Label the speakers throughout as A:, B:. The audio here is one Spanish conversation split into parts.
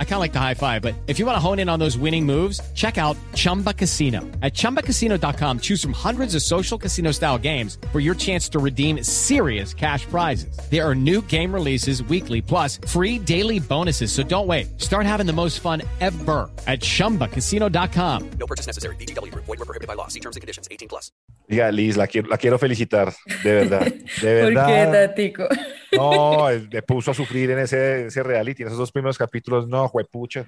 A: I kind of like the high five, but if you want to hone in on those winning moves, check out Chumba Casino. At chumbacasino.com, choose from hundreds of social casino style games for your chance to redeem serious cash prizes. There are new game releases weekly, plus free daily bonuses. So don't wait. Start having the most fun ever at chumbacasino.com.
B: No purchase necessary. BGW. Void were prohibited by law. See terms and conditions. 18 plus.
C: Diga, Liz, la quiero, la quiero felicitar, de verdad. De
D: ¿Por qué,
C: verdad.
D: Tatico?
C: No, eh, me puso a sufrir en ese, ese reality, en esos dos primeros capítulos. No, juepucha.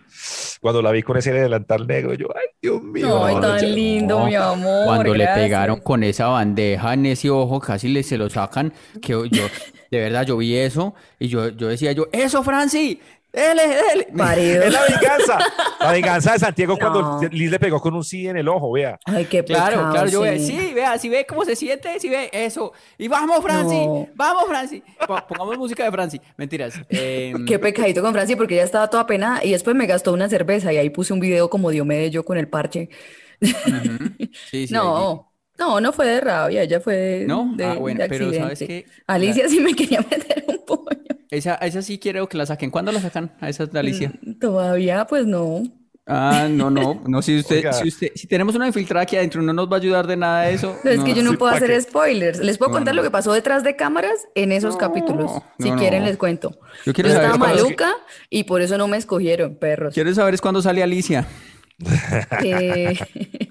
C: Cuando la vi con ese delantal negro, yo, ay, Dios mío.
D: Ay,
C: no, ya-
D: tan lindo, mi amor.
E: Cuando le
D: gracias.
E: pegaron con esa bandeja en ese ojo, casi le, se lo sacan, que yo, de verdad, yo vi eso y yo, yo decía yo, eso, Franci, dele, dele.
D: Parido.
C: Es la venganza. La venganza de Santiago cuando
D: No.
C: Liz le pegó con un sí en el ojo, vea.
D: Ay, qué
E: Claro,
D: pecado,
E: claro, yo veo,
D: sí.
E: sí, vea, si ve cómo se siente, si ve eso. Y vamos, Franci,
D: No.
E: vamos, Franci. Po- Pongamos música de Franci. Mentiras. eh,
D: mm. Qué pecadito con Franci, porque ella estaba toda penada y después me gastó una cerveza y ahí puse un video como Diomedes yo con el parche.
E: sí, sí, ahí-
D: No, no, no fue de rabia, ella fue de,
E: ¿No? Ah,
D: de-
E: bueno,
D: de
E: pero ¿sabes
D: accidente.
E: qué?
D: Alicia sí me quería meter un puño.
E: Esa, esa sí quiero que la saquen. ¿Cuándo la sacan? A esa de
D: Mm.
E: Alicia.
D: Todavía, pues no.
E: Ah, no, no, no, si usted,
C: Oiga.
E: si usted, si tenemos una infiltrada aquí adentro, no nos va a ayudar de nada eso.
D: Pero es que yo no
C: sí,
D: puedo
C: ¿pa'
D: hacer
C: qué?
D: spoilers. Les puedo
E: No,
D: contar
E: no.
D: lo que pasó detrás de cámaras en esos
E: No,
D: capítulos. Si
E: no,
D: quieren,
E: no.
D: les cuento.
E: Pues Yo quiero saber
D: estaba
E: cuándo es que-
D: maluca y por eso no me escogieron, perros.
E: Quiero saber es cuándo sale Alicia.
D: Eh,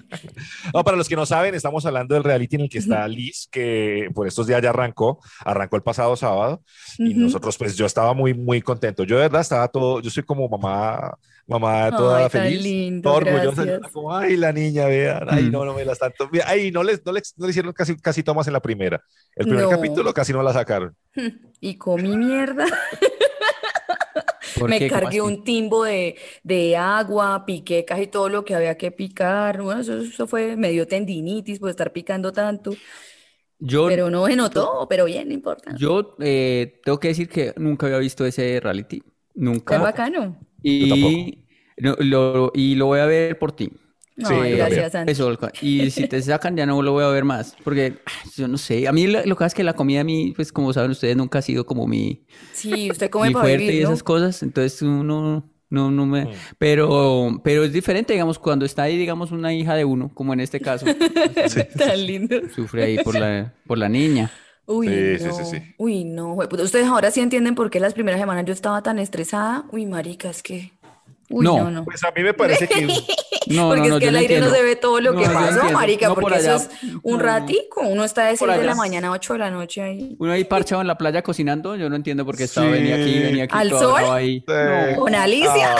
C: No, para los que no saben, estamos hablando del reality en el que está Liz, que por estos días ya arrancó, arrancó el pasado sábado, y
D: Ujú.
C: nosotros, pues yo estaba muy, muy contento. Yo de verdad estaba todo, yo soy como mamá, mamá toda
D: Ay, tan
C: feliz,
D: lindo,
C: toda orgullosa, yo
D: gracias.
C: estaba como, ay, la niña, vean, ay,
E: Mm.
C: no, no me las tanto, vean, ay, no les, no les, no le hicieron casi, casi tomas en la primera. El primer
D: No.
C: capítulo casi no la sacaron.
D: y comí mierda.
E: ¿Por
D: Me
E: qué? ¿Cómo
D: cargué
E: así?
D: un timbo de, de agua, piqué casi todo lo que había que picar. Bueno, eso, eso fue, me dio tendinitis por estar picando tanto.
E: Yo,
D: Pero no se notó, pero bien, no importa.
E: yo eh, tengo que decir que nunca había visto ese reality.
D: Está
E: Nunca.
D: bacano.
E: Y, no, lo, y lo voy a ver por ti.
C: Sí,
D: Ay,
C: yo
D: gracias, Santi.
E: Eso, Olga. y si te sacan ya no lo voy a ver más, porque ah, yo no sé, a mí lo, lo que pasa es que la comida a mí, pues como saben ustedes, nunca ha sido como mi,
D: Sí, usted come
E: mi
D: para
E: fuerte
D: vivir,
E: y
D: ¿no?
E: esas cosas, entonces uno no, no me... Pero, pero es diferente, digamos, cuando está ahí, digamos, una hija de uno, como en este caso,
D: Tan lindo.
E: sufre ahí por la, por la niña.
D: Uy,
C: Sí, sí,
D: no.
C: sí, sí.
D: Uy, no. jueputa. Ustedes ahora sí entienden por qué las primeras semanas yo estaba tan estresada. Uy, marica, es que. Uy,
E: No.
D: no.
C: Pues a mí me parece que
E: No,
D: Porque
E: no,
D: es
E: no,
D: que
E: yo
D: el
E: lo
D: aire no
E: entiendo.
D: se ve todo lo
E: No,
D: que
E: yo lo
D: pasó,
E: entiendo.
D: marica,
E: No, por
D: porque eso
E: allá.
D: es un
E: No.
D: ratico. Uno está de
E: Por
D: 6 de la
E: allá.
D: mañana a 8 de la noche ahí.
E: Uno ahí parchado en la playa cocinando, yo no entiendo por qué estaba, venía aquí,
C: Sí.
E: venía aquí,
D: ¿Al
E: todo
D: sol?
E: bravo ahí.
C: Sí.
D: Con
C: Ah,
D: Alicia.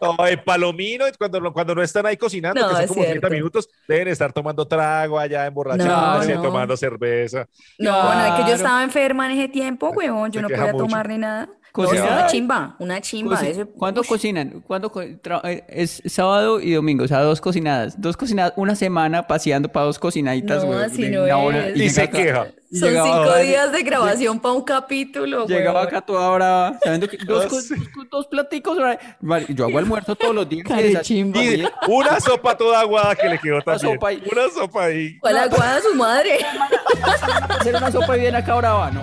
C: No, el palomino, cuando, no- cuando no están ahí cocinando,
D: No,
C: que son
D: es
C: como 30
D: cierto.
C: minutos, deben estar tomando trago allá, emborrachándose,
D: no.
C: tomando cerveza.
D: No, no, es que
E: Claro.
D: yo estaba enferma en ese tiempo, huevón. Yo
C: Se
D: no
C: queja
D: podía
C: mucho.
D: tomar ni nada. No,
E: Cocinar.
D: es una chimba, una chimba.
E: Coci-
D: eso-
E: ¿Cuándo
D: ush.
E: cocinan? ¿Cuándo co- tra- eh, es sábado y domingo? O sea, dos cocinadas. Dos cocinadas, una semana paseando para dos cocinaditas,
D: No,
E: güey,
D: así
E: de
D: no
E: una hora.
D: es.
C: Y
E: llega
C: se
E: acá-
C: queja.
E: y
D: Son
E: llegaba
D: cinco
E: brava,
D: días de grabación para un capítulo,
E: Llegaba
D: huevón.
E: acá toda brava, sabiendo que dos,
C: Ah,
E: co-
C: sí.
E: dos- dos platicos. brava. Mar- Yo hago almuerzo todos los días.
D: Care chimba.
C: Y
E: desayuno,
C: una sopa toda aguada que le quedó también.
E: sopa ahí.
C: Una sopa ahí.
D: ¿Cuál aguada su madre?
E: Hacer una sopa y bien acá brava, no.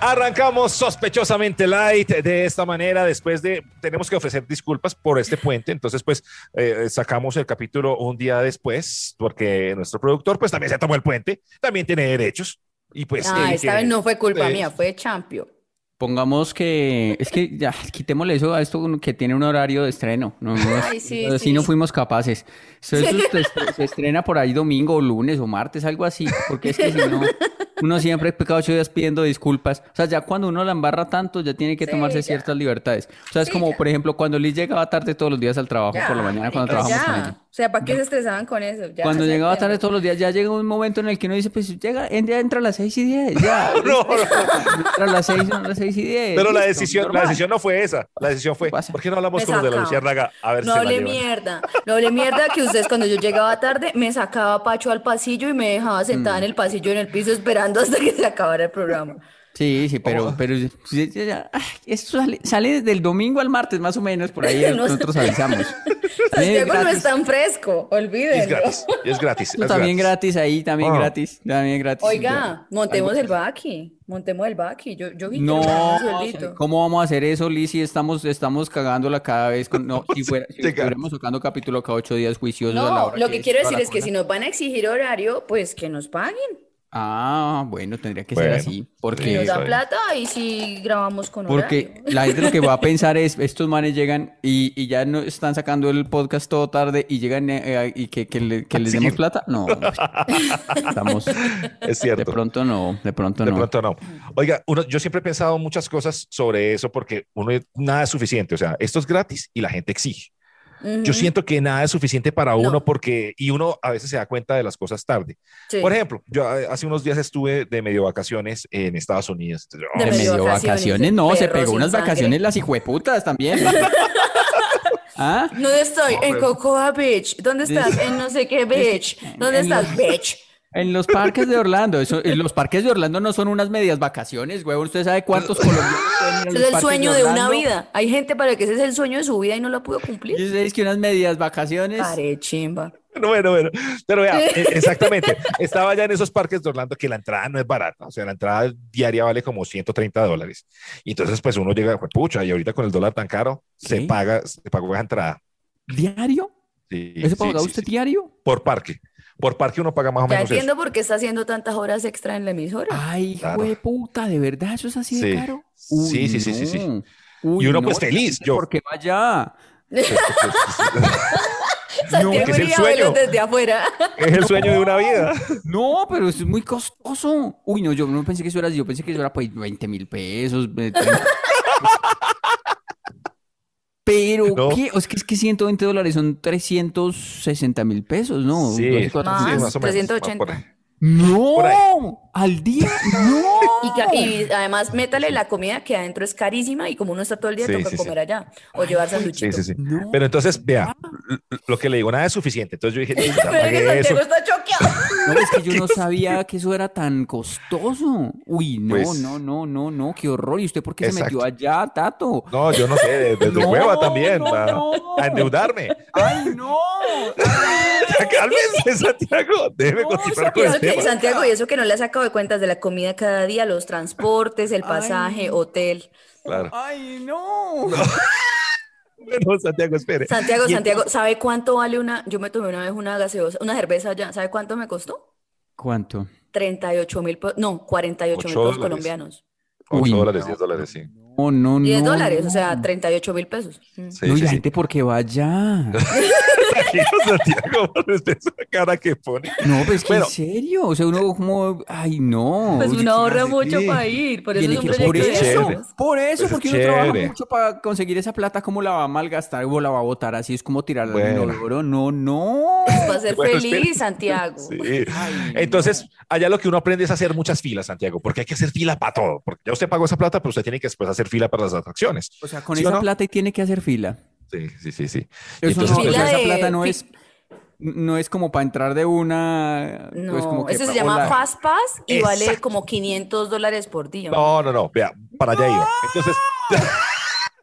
C: Arrancamos sospechosamente light de esta manera. Después de, tenemos que ofrecer disculpas por este puente. Entonces, pues eh, sacamos el capítulo un día después, porque nuestro productor, pues también se tomó el puente, también tiene derechos. Y pues.
D: Ah,
C: el
D: esta
C: que-
D: vez no fue culpa
C: eh,
D: mía, fue de Champion.
E: Pongamos que. Es que ya, quitémosle eso a esto uno que tiene un horario de estreno. No, no,
D: Ay, sí,
E: así no
D: sí.
E: fuimos capaces. Eso, eso se, estre- se estrena por ahí domingo, o lunes o martes, algo así. Porque es que si no, uno siempre pecado ocho días pidiendo disculpas. O sea, ya cuando uno la embarra tanto, ya tiene que
D: Sí,
E: tomarse
D: ya.
E: ciertas libertades. O sea, es como, por ejemplo, cuando Liz llegaba tarde todos los días al trabajo,
D: Ya,
E: por la mañana, cuando
D: marica,
E: trabajamos con
D: ya.
E: ella.
D: sea, ¿para qué se estresaban con eso? Ya,
E: Cuando
D: ya
E: llegaba tarde
D: entiendo.
E: todos los días, ya llega un momento en el que uno dice, pues llega, entra, entra a las 6 y 10, ya.
C: No, no.
E: Entra a las 6, son las 6 y 10.
C: Pero la
E: listo,
C: decisión, la
E: normal.
C: decisión no fue esa. La decisión fue,
E: pasa?
C: ¿por qué no hablamos
D: Me
C: con los de la
D: sacaban.
C: Luciérnaga? A ver
D: No
C: si se la
D: hable
C: llevan.
D: mierda, no hable mierda que ustedes cuando yo llegaba tarde me sacaba Pacho al pasillo y me dejaba sentada en el pasillo en el piso esperando hasta que se acabara el programa.
E: Sí, sí, pero,
C: Oh.
E: pero sí, sí, ya, ay, esto sale, sale del domingo al martes, más o menos, por ahí
D: No sé.
E: nosotros avisamos. También
D: Santiago Este no
E: gratis.
D: es tan fresco,
C: Y Es
D: olvídenlo.
C: gratis, y es gratis.
E: Esto
C: es
E: también
C: gratis.
E: gratis ahí, también
C: Ah.
E: gratis, también gratis.
D: Oiga, montemos
E: Algo-
D: el baqui, montemos el baqui. Yo, yo sí quiero ganar
E: No,
D: un sueldito.
E: ¿cómo vamos a hacer eso, Liz? Si estamos, estamos cagándola cada vez con. No, si, fuera, si
C: Llega.
E: estuviéramos tocando capítulo cada ocho días juiciosos a la
D: No,
E: hora
D: lo que quiero
E: toda
D: decir
E: la
D: es que
E: cosa.
D: si nos van a exigir horario, pues que nos paguen.
E: Ah, bueno, tendría que
C: Bueno,
E: ser así,
D: Si
E: porque.
D: nos
C: Eso
D: dan
C: es.
D: plata y si grabamos con
E: Porque
D: horario.
E: la gente lo que va a pensar es, estos manes llegan y, y ya no están sacando el podcast todo tarde y llegan eh, y que, que le- que les
C: Sí.
E: demos plata. No, estamos,
C: Es
E: de
C: cierto.
E: pronto no, de pronto
C: De
E: no.
C: pronto no. Oiga, uno, yo siempre he pensado muchas cosas sobre eso porque uno nada es suficiente. O sea, esto es gratis y la gente exige. Yo
D: Ujú,
C: siento que nada es suficiente para
D: No.
C: uno porque y uno a veces se da cuenta de las cosas tarde.
D: sí.
C: Por ejemplo, yo eh, hace unos días estuve de medio vacaciones en Estados Unidos. Entonces,
D: De
E: De
C: oh,
D: medio
E: medio
D: vacaciones,
E: vacaciones,
D: el
E: no, se
D: perro
E: pegó
D: sin
E: unas
D: sangre.
E: vacaciones las hijueputas también. ¿Ah?
D: No estoy en Cocoa Beach. ¿Dónde
E: Sí.
D: estás? En no sé qué beach. ¿Dónde
E: en
D: estás? Beach.
E: En los parques de Orlando, eso, en los parques de Orlando no son unas medias vacaciones, huevón. Usted sabe cuántos colombianos pueden ir a
D: Ese
E: los
D: es el
E: parques
D: sueño de una
E: Orlando?
D: vida. Hay gente para que ese es el sueño de su vida y no lo pudo
E: Y
D: cumplir.
E: usted dice que unas medias vacaciones.
D: Pare chimba.
C: Bueno, bueno, bueno. Pero vea, eh, exactamente. Estaba ya en esos parques de Orlando que la entrada no es barata. O sea, la entrada diaria vale como 130 dólares. Y entonces, pues uno llega, pues, pucha, y ahorita con el dólar tan caro, se
E: ¿Qué?
C: paga, se pagó esa entrada.
E: ¿Diario?
C: Sí,
E: ¿Eso
C: sí,
E: paga
C: sí,
E: usted
C: sí.
E: diario?
C: Por parque. Por parque uno paga más o
D: Ya
C: menos eso. Ah,
D: entiendo por qué está haciendo tantas horas extra en la emisora.
E: Ay,
C: Claro.
E: puta, ¿de verdad eso es así de
C: Sí.
E: caro?
C: Sí, sí, sí, sí, sí.
E: no.
C: Y uno, pues,
E: esta
C: feliz,
E: gente,
C: yo.
E: Porque vaya.
D: Santiago
C: que es el
D: iría a verlos
C: sueño.
D: desde afuera.
C: Es el sueño de una vida.
E: No, pero eso es muy costoso. Uy, no, yo no pensé que eso era así. Yo pensé que eso era pues 20 mil pesos. eh, 30. Pero,
C: No.
E: ¿qué? O Es que es que 120 dólares son 360 mil pesos, ¿no?
C: Sí,
D: Más,
C: sí, o menos.
D: 380.
C: Por ahí. Por ahí.
E: ¡No! ¿Al día? ¡No!
D: Y, ca- y además, métale la comida que adentro es carísima y como uno está todo el día,
C: Sí,
D: toca
C: sí, sí.
D: comer allá o llevar
C: Sí,
D: sanduchito.
C: sí, sí.
E: No.
C: Pero entonces, vea, l- lo que le digo, nada es suficiente. Entonces yo dije, "Listo,
D: Pero es que
C: pagué eso.
D: Santiago está choqueado.
E: No, es que yo no sabía que eso era tan costoso. Uy, no,
C: Pues-
E: no, no, no, no, qué horror. ¿Y usted por qué se
C: Exacto.
E: metió allá, Tato?
C: No, yo no sé, de- desde
E: No,
C: hueva también,
E: no,
C: para,
E: no.
C: a endeudarme.
E: ¡Ay, no!
C: Ya, Cálmese, Santiago. Déjeme
E: No,
C: continuar con
D: Eso
C: el
D: que-
C: tema.
D: Santiago, y eso que no le ha sacado de cuentas de la comida cada día, los transportes, el pasaje, hotel.
C: Claro.
E: ¡Ay, no!
C: Bueno, Santiago, espere.
D: Santiago,
C: Y
D: Santiago, ¿sabe cuánto vale una? Yo me tomé una vez una gaseosa, una cerveza allá. ¿Sabe cuánto me costó?
E: ¿Cuánto?
D: 38 mil, no, 48 mil
C: Ocho
D: pesos
C: dólares.
D: colombianos.
E: Uy,
C: 8 dólares,
E: no.
C: 10 dólares, sí.
E: No, no,
D: 10
E: no,
D: dólares,
E: no.
D: o sea, 38 mil pesos. Mm.
C: Sí,
E: No, y
C: sí,
E: la
C: sí.
E: gente porque vaya.
C: Tranquilo, Santiago, por usted esa cara que pone.
E: No, pues que
C: Bueno.
E: en serio. O sea, uno como. Ay, no.
D: Pues
E: Uy,
D: uno ahorra
E: hace?
D: mucho
E: Sí.
D: para ir, por eso
E: Tiene
D: es un
E: que- por
D: proyecto de
E: eso,
C: chévere.
D: esos.
E: por eso,
C: Pues es
E: porque uno trabaja
C: chévere.
E: mucho para conseguir esa plata, ¿cómo la va a malgastar o la va a botar así? Es como tirarla al
C: Bueno.
E: inodoro. No, no.
D: Para ser
C: Bueno, espere.
D: feliz, Santiago.
C: Sí.
E: Ay,
C: Entonces, allá lo que uno aprende es hacer muchas filas, Santiago, porque hay que hacer fila para todo. Porque ya usted pagó esa plata, pero usted tiene que después hacer fila para las atracciones.
E: O sea, con
C: ¿Sí o
E: esa
C: no?
E: plata y tiene que hacer fila.
C: Sí, sí, sí, sí. Y
E: Eso
C: entonces,
E: no, o
C: pues,
E: sea,
D: Fila
E: esa
D: de-
E: plata no
D: fi-
E: es, no es como para entrar de una.
D: No,
E: pues como que
D: eso se
E: pa-
D: llama
E: hola.
D: Fast Pass y vale
C: Exacto.
D: como 500 dólares por día.
C: No, no, no, vea, para allá iba. Entonces,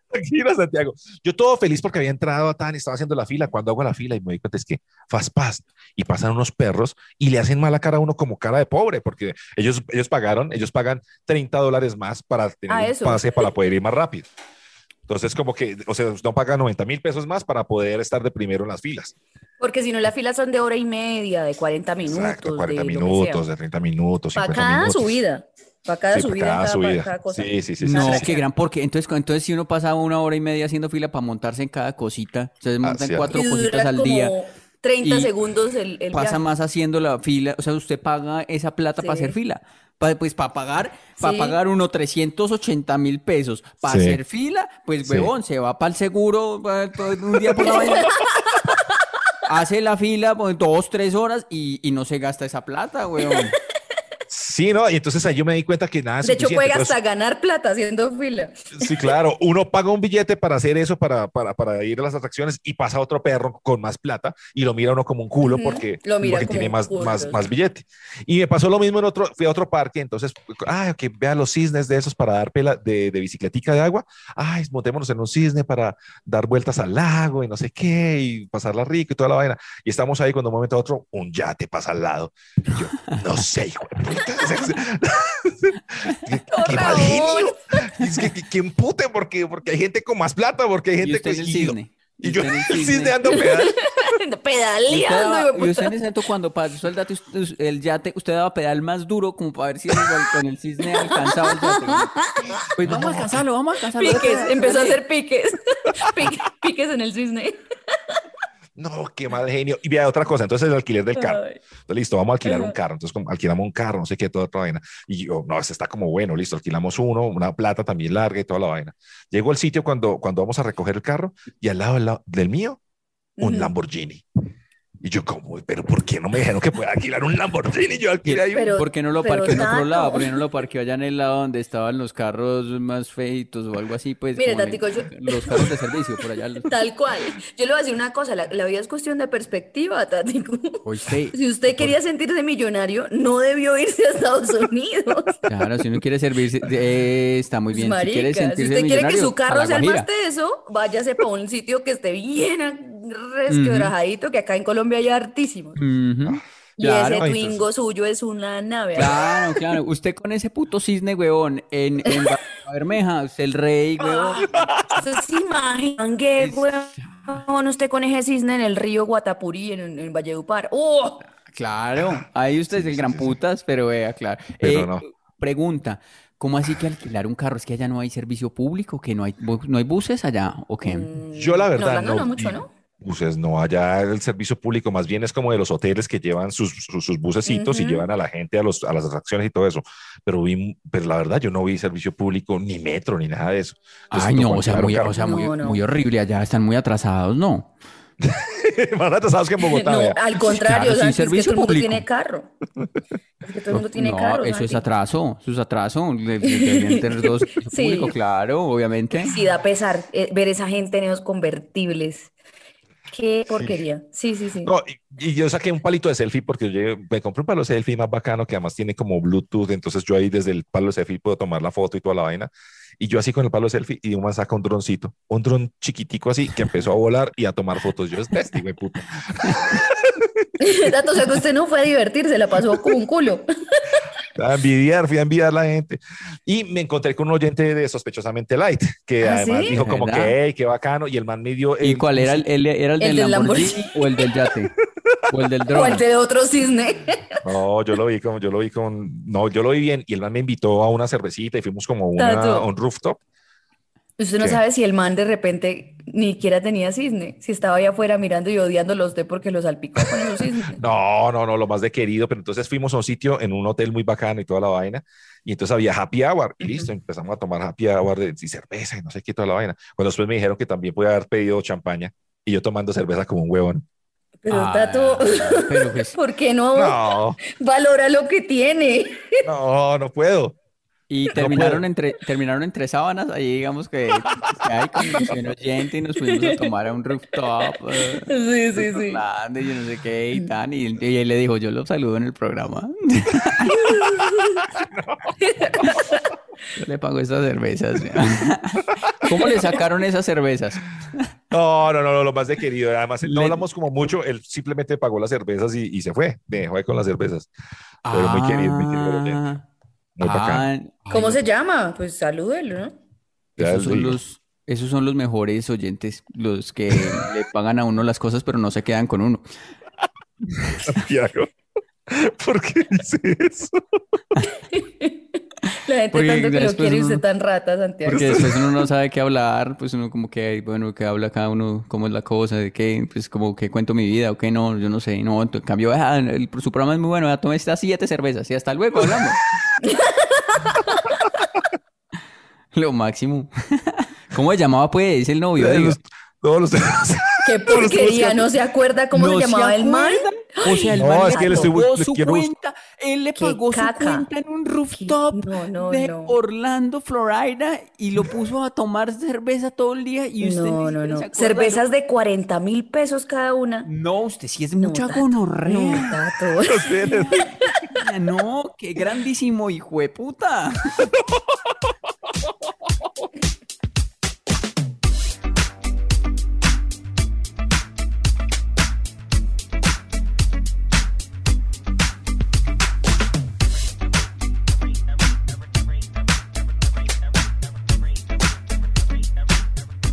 C: tranquilo, Santiago. Yo todo feliz porque había entrado a Tan, estaba haciendo la fila. Cuando hago la fila y me doy cuenta es que fast pass y pasan unos perros y le hacen mala cara a uno como cara de pobre porque ellos, ellos pagaron, ellos pagan 30 dólares más para tener
D: Ah,
C: un
D: eso.
C: pase para poder ir más rápido. Entonces, como que, o sea, no pagan 90 mil pesos más para poder estar de primero en las filas.
D: Porque si no, las filas son de hora y media, de 40 minutos,
C: Exacto,
D: de
C: 40
D: lo que sea.
C: minutos, de 30 minutos,
D: Para
C: 50
D: cada
C: minutos.
D: subida, para cada
C: Sí, para
D: subida,
C: cada
D: cada, pa-
C: subida.
D: cada cosa.
C: Sí, sí, sí, sí,
E: No,
C: sí,
E: qué gran, porque entonces, cu- entonces si uno pasa una hora y media haciendo fila para montarse en cada cosita, se montan
C: cierto.
E: cuatro
D: Y
E: cositas
D: dura
E: al
D: como
E: día.
D: 30
E: Y
D: segundos el, el
E: pasa
D: viaje.
E: más haciendo la fila, o sea, usted paga esa plata para
D: Sí.
E: hacer fila. Pa- pues para pagar, para
D: Sí.
E: pagar uno 380 mil pesos. Para
C: Sí.
E: hacer fila, pues
C: Sí.
E: huevón, se va para el seguro pa- pa- un día por la mañana. hace la fila por dos, tres horas y, y no se gasta esa plata, weón.
C: Sí, ¿no? Y entonces ahí yo me di cuenta que nada es
D: De hecho,
C: suficiente.
D: juega
C: Entonces,
D: hasta ganar plata haciendo fila.
C: Sí, claro. Uno paga un billete para hacer eso, para, para, para ir a las atracciones y pasa otro perro con más plata y lo mira uno como un culo
D: Ujú,
C: porque,
D: lo mira
C: porque
D: como
C: tiene
D: un
C: más,
D: culo,
C: más,
D: sí.
C: más billete. Y me pasó lo mismo en otro, fui a otro parque, entonces, ah, que vea los cisnes de esos para dar pela de, de bicicletica de agua. Ay, montémonos en un cisne para dar vueltas al lago y no sé qué y pasarla rico y toda la vaina. Y estamos ahí cuando de un momento a otro un yate pasa al lado. Y yo, no sé, hijo de puta. ¿Qué, qué mal genio. Es que, que, que empute porque, porque hay gente con más plata, porque hay
E: Y
C: gente
E: usted en
C: con-
E: el
C: y yo-
E: cisne.
C: Y,
E: Y
C: yo,
E: usted en el
C: sí,
E: cisne.
C: de ando pedal.
E: Usted daba-
D: Pedaleando,
E: y
D: hijueputa.
E: usted en ese momento cuando pasó el, dato, usted- el yate, usted daba pedal más duro como para ver si el, con el cisne alcanzaba el yate. Pues vamos a alcanzarlo, vamos a alcanzarlo.
D: Piques, empezó a hacer piques. Pique- piques en el cisne.
C: No, qué mal genio. Y vea otra cosa, entonces el alquiler del carro.
D: Ay.
C: Entonces, listo, vamos a alquilar un
D: Ajá.
C: carro. Entonces, como, alquilamos un carro, no sé qué, toda otra vaina. Y yo, no, este está como bueno, listo, alquilamos uno, una plata también larga y toda la vaina. Llego al sitio cuando, cuando vamos a recoger el carro y al lado, del lado del mío, un
D: Ujú.
C: Lamborghini. Y yo, como, pero ¿por qué no me dijeron que pueda alquilar un Lamborghini? Yo alquilé ahí un
D: Pero-
E: ¿Por qué no lo
D: pero
E: parqueó en otro
D: Tato.
E: lado? ¿Por qué no lo parqueó allá en el lado donde estaban los carros más feitos o algo así? Pues
D: Mire,
E: como en-
D: Tatico, yo-
E: los carros de servicio por allá. los-
D: Tal cual. Yo le voy a decir una cosa, la, la vida es cuestión de perspectiva, Tático.
E: Hoy sí.
D: Si usted quería sentirse millonario, no debió irse a Estados Unidos.
E: Claro, si uno quiere servirse, eh, está muy bien. si quiere
D: Pues Marica, si
E: sentirse
D: usted quiere que
E: millonario,
D: su
E: a
D: carro
E: la
D: sea el
E: Guajira.
D: más teso, váyase para un sitio que esté bien resquebrajadito, que acá en Colombia hay hartísimos.
E: Ujú.
D: Y
E: Claro.
D: ese
C: Ay,
D: Twingo
C: entonces-
D: suyo es una nave.
E: Claro, claro. Usted con ese puto cisne, huevón, en, en Ba- Bermeja, usted el rey, huevón.
D: Ustedes se imaginan que, huevón, usted con ese cisne en el río Guatapurí, en, en Valledupar. ¡Oh!
C: Ah,
E: Claro, ahí usted es el gran putas, pero vea, claro.
C: Pero
E: Eh,
C: no.
E: Pregunta, ¿cómo así que alquilar un carro? ¿Es que allá no hay servicio público? ¿Que no hay, bu- no hay buses allá? ¿O qué?
D: Mm.
C: Yo la
D: No,
C: verdad
D: Orlando
C: no,
D: no mucho,
C: vi
D: ¿no?
C: buses, no allá el servicio público, más bien es como de los hoteles que llevan sus, sus, sus bucecitos y
D: Ujú.
C: llevan a la gente a, los, a las atracciones y todo eso. Pero vi, pero la verdad yo no vi servicio público, ni metro, ni nada de eso. Entonces,
E: Ay,
C: tocó
E: no, o sea,
C: alquilar un carro.
E: muy, o sea, muy,
D: No, no.
E: muy horrible allá, están muy atrasados, ¿no?
C: Más atrasados que en Bogotá.
D: No,
C: vea.
D: al contrario,
E: Claro, sin
D: Santi, es que todo
E: servicio
D: el mundo
E: público.
D: tiene carro. Es que todo el mundo tiene
E: No,
D: carro,
E: eso es
D: Santi.
E: atraso, eso es atraso. Le- le- Deberían tener dos servicios
D: Sí.
E: públicos, claro, obviamente.
D: Sí, da pesar eh, ver esa gente en esos convertibles. Qué porquería. Sí, sí, sí.
C: No, y, y yo saqué un palito de selfie porque yo llegué- me compré un palo de selfie más bacano que además tiene como Bluetooth. Entonces yo ahí desde el palo de selfie puedo tomar la foto y toda la vaina. Y yo así con el palo de selfie y un man saca un droncito, un dron chiquitico así que empezó a volar y a tomar fotos. Yo es bestia, güey, puta.
D: Dato, o sea, que usted no fue a divertirse, la pasó como un culo.
C: A envidiar, fui a envidiar a la gente. Y me encontré con un oyente de sospechosamente light que
D: ¿Ah,
C: además
D: sí?
C: dijo como
E: ¿Verdad?
C: que, hey, qué bacano. Y el man me dio.
E: ¿Y
C: el-
E: cuál era el, el- era el,
D: El
E: del
D: del
E: Lamborghini,
D: Lamborghini.
E: o el del yate? ¿O el del
D: O el
E: drone?
D: de otro cisne.
C: No, yo lo vi con, yo lo vi con, no, yo lo vi bien. Y el man me invitó a una cervecita y fuimos como una-
D: Tato.
C: a un rooftop.
D: Usted no
C: ¿Qué?
D: sabe si el man de repente ni siquiera tenía cisne, si estaba allá afuera mirando y odiándolos a usted porque los salpicó con esos cisnes.
C: No, no, no, lo más de querido, pero entonces fuimos a un sitio en un hotel muy bacano y toda la vaina, y entonces había happy hour, y listo, empezamos a tomar happy hour de- y cerveza y no sé qué, toda la vaina. Bueno, después me dijeron que también podía haber pedido champaña, y yo tomando cerveza como un huevón.
D: Pero
E: Ah,
D: Tato,
E: pero pues,
D: ¿por qué no
E: Oh.
C: No,
D: valora lo que tiene?
C: no, no puedo.
E: y terminaron entre, terminaron entre sábanas, ahí digamos que, que hay confusión oyente y nos fuimos a tomar a un rooftop. eh,
D: Sí, sí,
E: en
D: sí.
E: Orlando y yo no sé qué y tan, y, y él le dijo, yo lo saludo en el programa. Yo le pago esas cervezas. ¿Cómo le sacaron esas cervezas?
C: No, no, no, no, lo más de querido. Además, no
E: Le-
C: hablamos como mucho, él simplemente pagó las cervezas y, y se fue, me dejó ahí con las cervezas. Pero muy querido, muy querido el oyente,
E: Ah,
C: muy bacano.
E: ah,
D: ¿Cómo
E: ay,
D: se llama? Pues salúdelo, ¿no?
C: Ya
E: Esos son
C: digo.
E: los, esos son los mejores oyentes, los que le pagan a uno las cosas, pero no se quedan con uno.
C: Santiago. ¿Por qué dice eso?
D: La gente
E: Porque
D: tanto que lo
E: después
D: quiere y
E: uno-
D: usted tan rata, Santiago.
E: Porque después uno no sabe qué hablar, pues uno como que, ay, bueno, qué habla cada uno, cómo es la cosa, de qué, pues como que cuento mi vida o qué no, yo no sé, no, en cambio, ah, el- su programa es muy bueno, ya tomé estas siete cervezas y hasta luego hablamos. Lo máximo. ¿Cómo se llamaba pues el novio?
C: Todos
E: Diga.
C: los- todos los-
D: Qué porquería, no se acuerda cómo
E: ¿No
D: se llamaba el man.
E: acuerda? O sea, el
C: No,
E: man
C: Ah, es que
E: le
C: le estoy bu-
E: pagó
C: le
E: su
C: quiero buscar.
E: cuenta, él le
D: Qué
E: pagó su
D: caca.
E: cuenta en un rooftop
D: no, no,
E: de
D: no.
E: Orlando, Florida, y lo puso a tomar cerveza todo el día y usted ni
D: No, no,
E: siquiera
D: no.
E: se acuerda de lo-
D: Cervezas de 40 mil pesos cada una.
E: No, usted sí es
D: No,
E: mucha
D: Tato. No,
E: gonorrea. Pues,
D: Tato.
E: No, qué grandísimo hijo de puta.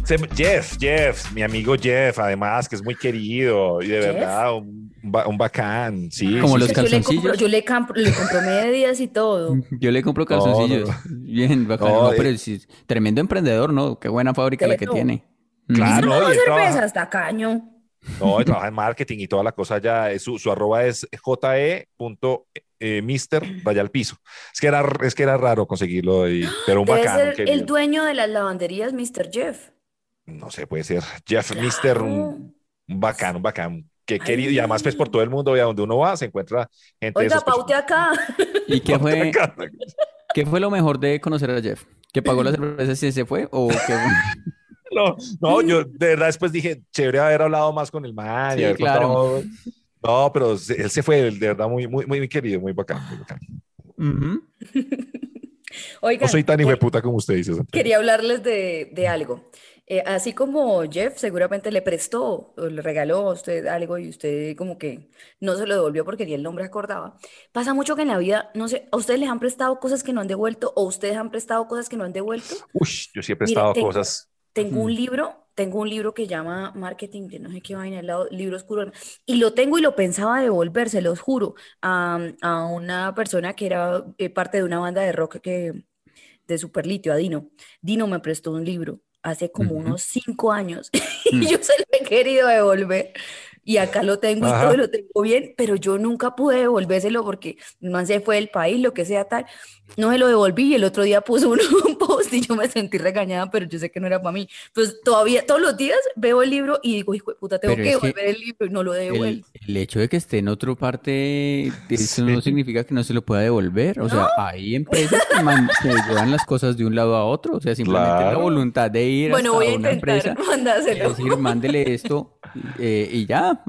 C: Se- Jeff, Jeff, mi amigo Jeff, además, que es muy querido y de
D: ¿Jeff? Ah,
C: verdad un, un ba- un bacán. Sí,
E: Como
C: sí,
E: los
C: sí.
D: Yo le compro, Mm.
E: calzoncillos.
D: yo le compro, le compro medias y todo.
E: Yo le compro
C: No, no,
E: calzoncillos. Bien, bacano.
C: No,
E: No,
C: eh.
E: pero sí, tremendo emprendedor, ¿no? Qué buena fábrica la que
D: Pero-
E: tiene. Mm. Ah,
C: Claro,
D: no,
C: y él trabaja,
D: cervezas, tacaño.
C: no, él trabaja en marketing y toda la cosa ya. eh, Su, su arroba es E je.mister eh, vaya al piso. Es que era, es que era raro conseguirlo, y- pero un
D: Debe
C: bacán.
D: ser
C: querido.
D: el dueño de las lavanderías, Mr. Jeff. Ah,
C: no sé, puede ser Jeff, Mister, un, un bacán, un bacán. Qué querido, y además, pues por todo el mundo, y a donde uno va, se encuentra gente de
D: Oiga,
C: esas personas.
D: paute acá.
E: ¿Y qué fue,
C: Acá.
E: qué fue lo mejor de conocer a Jeff? ¿Que pagó las cervezas y se fue? ¿O qué?
C: No, no, yo de verdad después dije, chévere haber hablado más con el man y
E: Sí,
C: haber
E: claro.
C: contado- No, pero se- él se fue, de verdad, muy, muy, muy querido, muy bacán. muy bacán.
E: Ujú.
D: Oiga,
C: No soy tan hijo de puta como usted dice. Santiago.
D: Quería hablarles de, de algo. Eh, así como Jeff seguramente le prestó o le regaló a usted algo y usted como que no se lo devolvió porque ni el nombre acordaba, pasa mucho que en la vida, no sé, ¿a ustedes les han prestado cosas que no han devuelto o ustedes han prestado cosas que no han devuelto?
C: Uy, yo siempre he
D: Mire, eh,
C: estado
D: tengo-
C: cosas.
D: Tengo un libro, tengo un libro que llama Marketing, de no sé qué vaina, el lado- libro oscuro, y lo tengo y lo pensaba devolver, se los juro, a, a una persona que era eh, parte de una banda de rock que, de Superlitio, a Dino. Dino me prestó un libro hace como
E: Ujú.
D: unos cinco años y yo se lo he querido devolver. Y acá lo tengo y
C: Ajá.
D: todo lo tengo bien, pero yo nunca pude devolvérselo porque el man se fue del país, lo que sea tal. No se lo devolví y el otro día puso un, un post y yo me sentí regañada, pero yo sé que no era para mí. Pues todavía, todos los días veo el libro y digo, hijo de puta, tengo
E: Pero
D: que
E: es que
D: devolver el libro y no lo
E: El,
D: devuelvo.
E: el hecho de que esté en otra parte, eso
C: Sí.
E: no significa que no se lo pueda devolver. O sea, hay empresas que, man- que llevan las cosas de un lado a otro. O sea, simplemente la
C: Claro.
E: voluntad de ir
D: Bueno,
E: hasta
D: voy a
E: una empresa
D: intentar
E: y
D: mandárselo.
E: decir, mándele esto eh, y ya.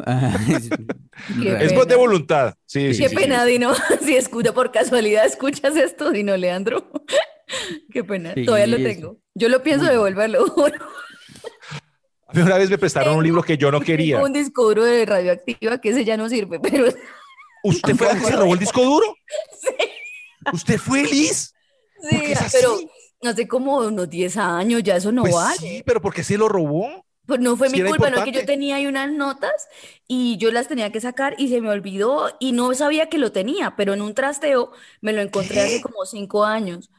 D: Qué
C: Es
D: pena.
C: de voluntad. Sí, sí,
D: Qué
C: sí,
D: pena,
C: sí.
D: Dino. Si escucha por casualidad, escuchas esto, Dino Leandro. Qué pena.
E: Sí,
D: Todavía lo
E: es-
D: tengo. Yo lo pienso devolverlo. juro.
C: A mí Una vez me prestaron un libro que yo no quería.
D: Tengo un disco duro de radioactiva que ese ya no sirve, pero
C: ¿Usted fue la que se robó el disco duro? ¿Usted fue Liz? ¿Por qué
D: sí,
C: es así?
D: pero hace como unos 10 años ya eso no
C: Pues
D: vale.
C: sí, pero ¿por qué se lo robó?
D: Pues no fue
C: Sí
D: mi
C: era
D: culpa, no es que yo
C: importante.
D: tenía ahí unas notas y yo las tenía que sacar y se me olvidó y no sabía que lo tenía, pero en un trasteo me lo encontré hace como cinco años.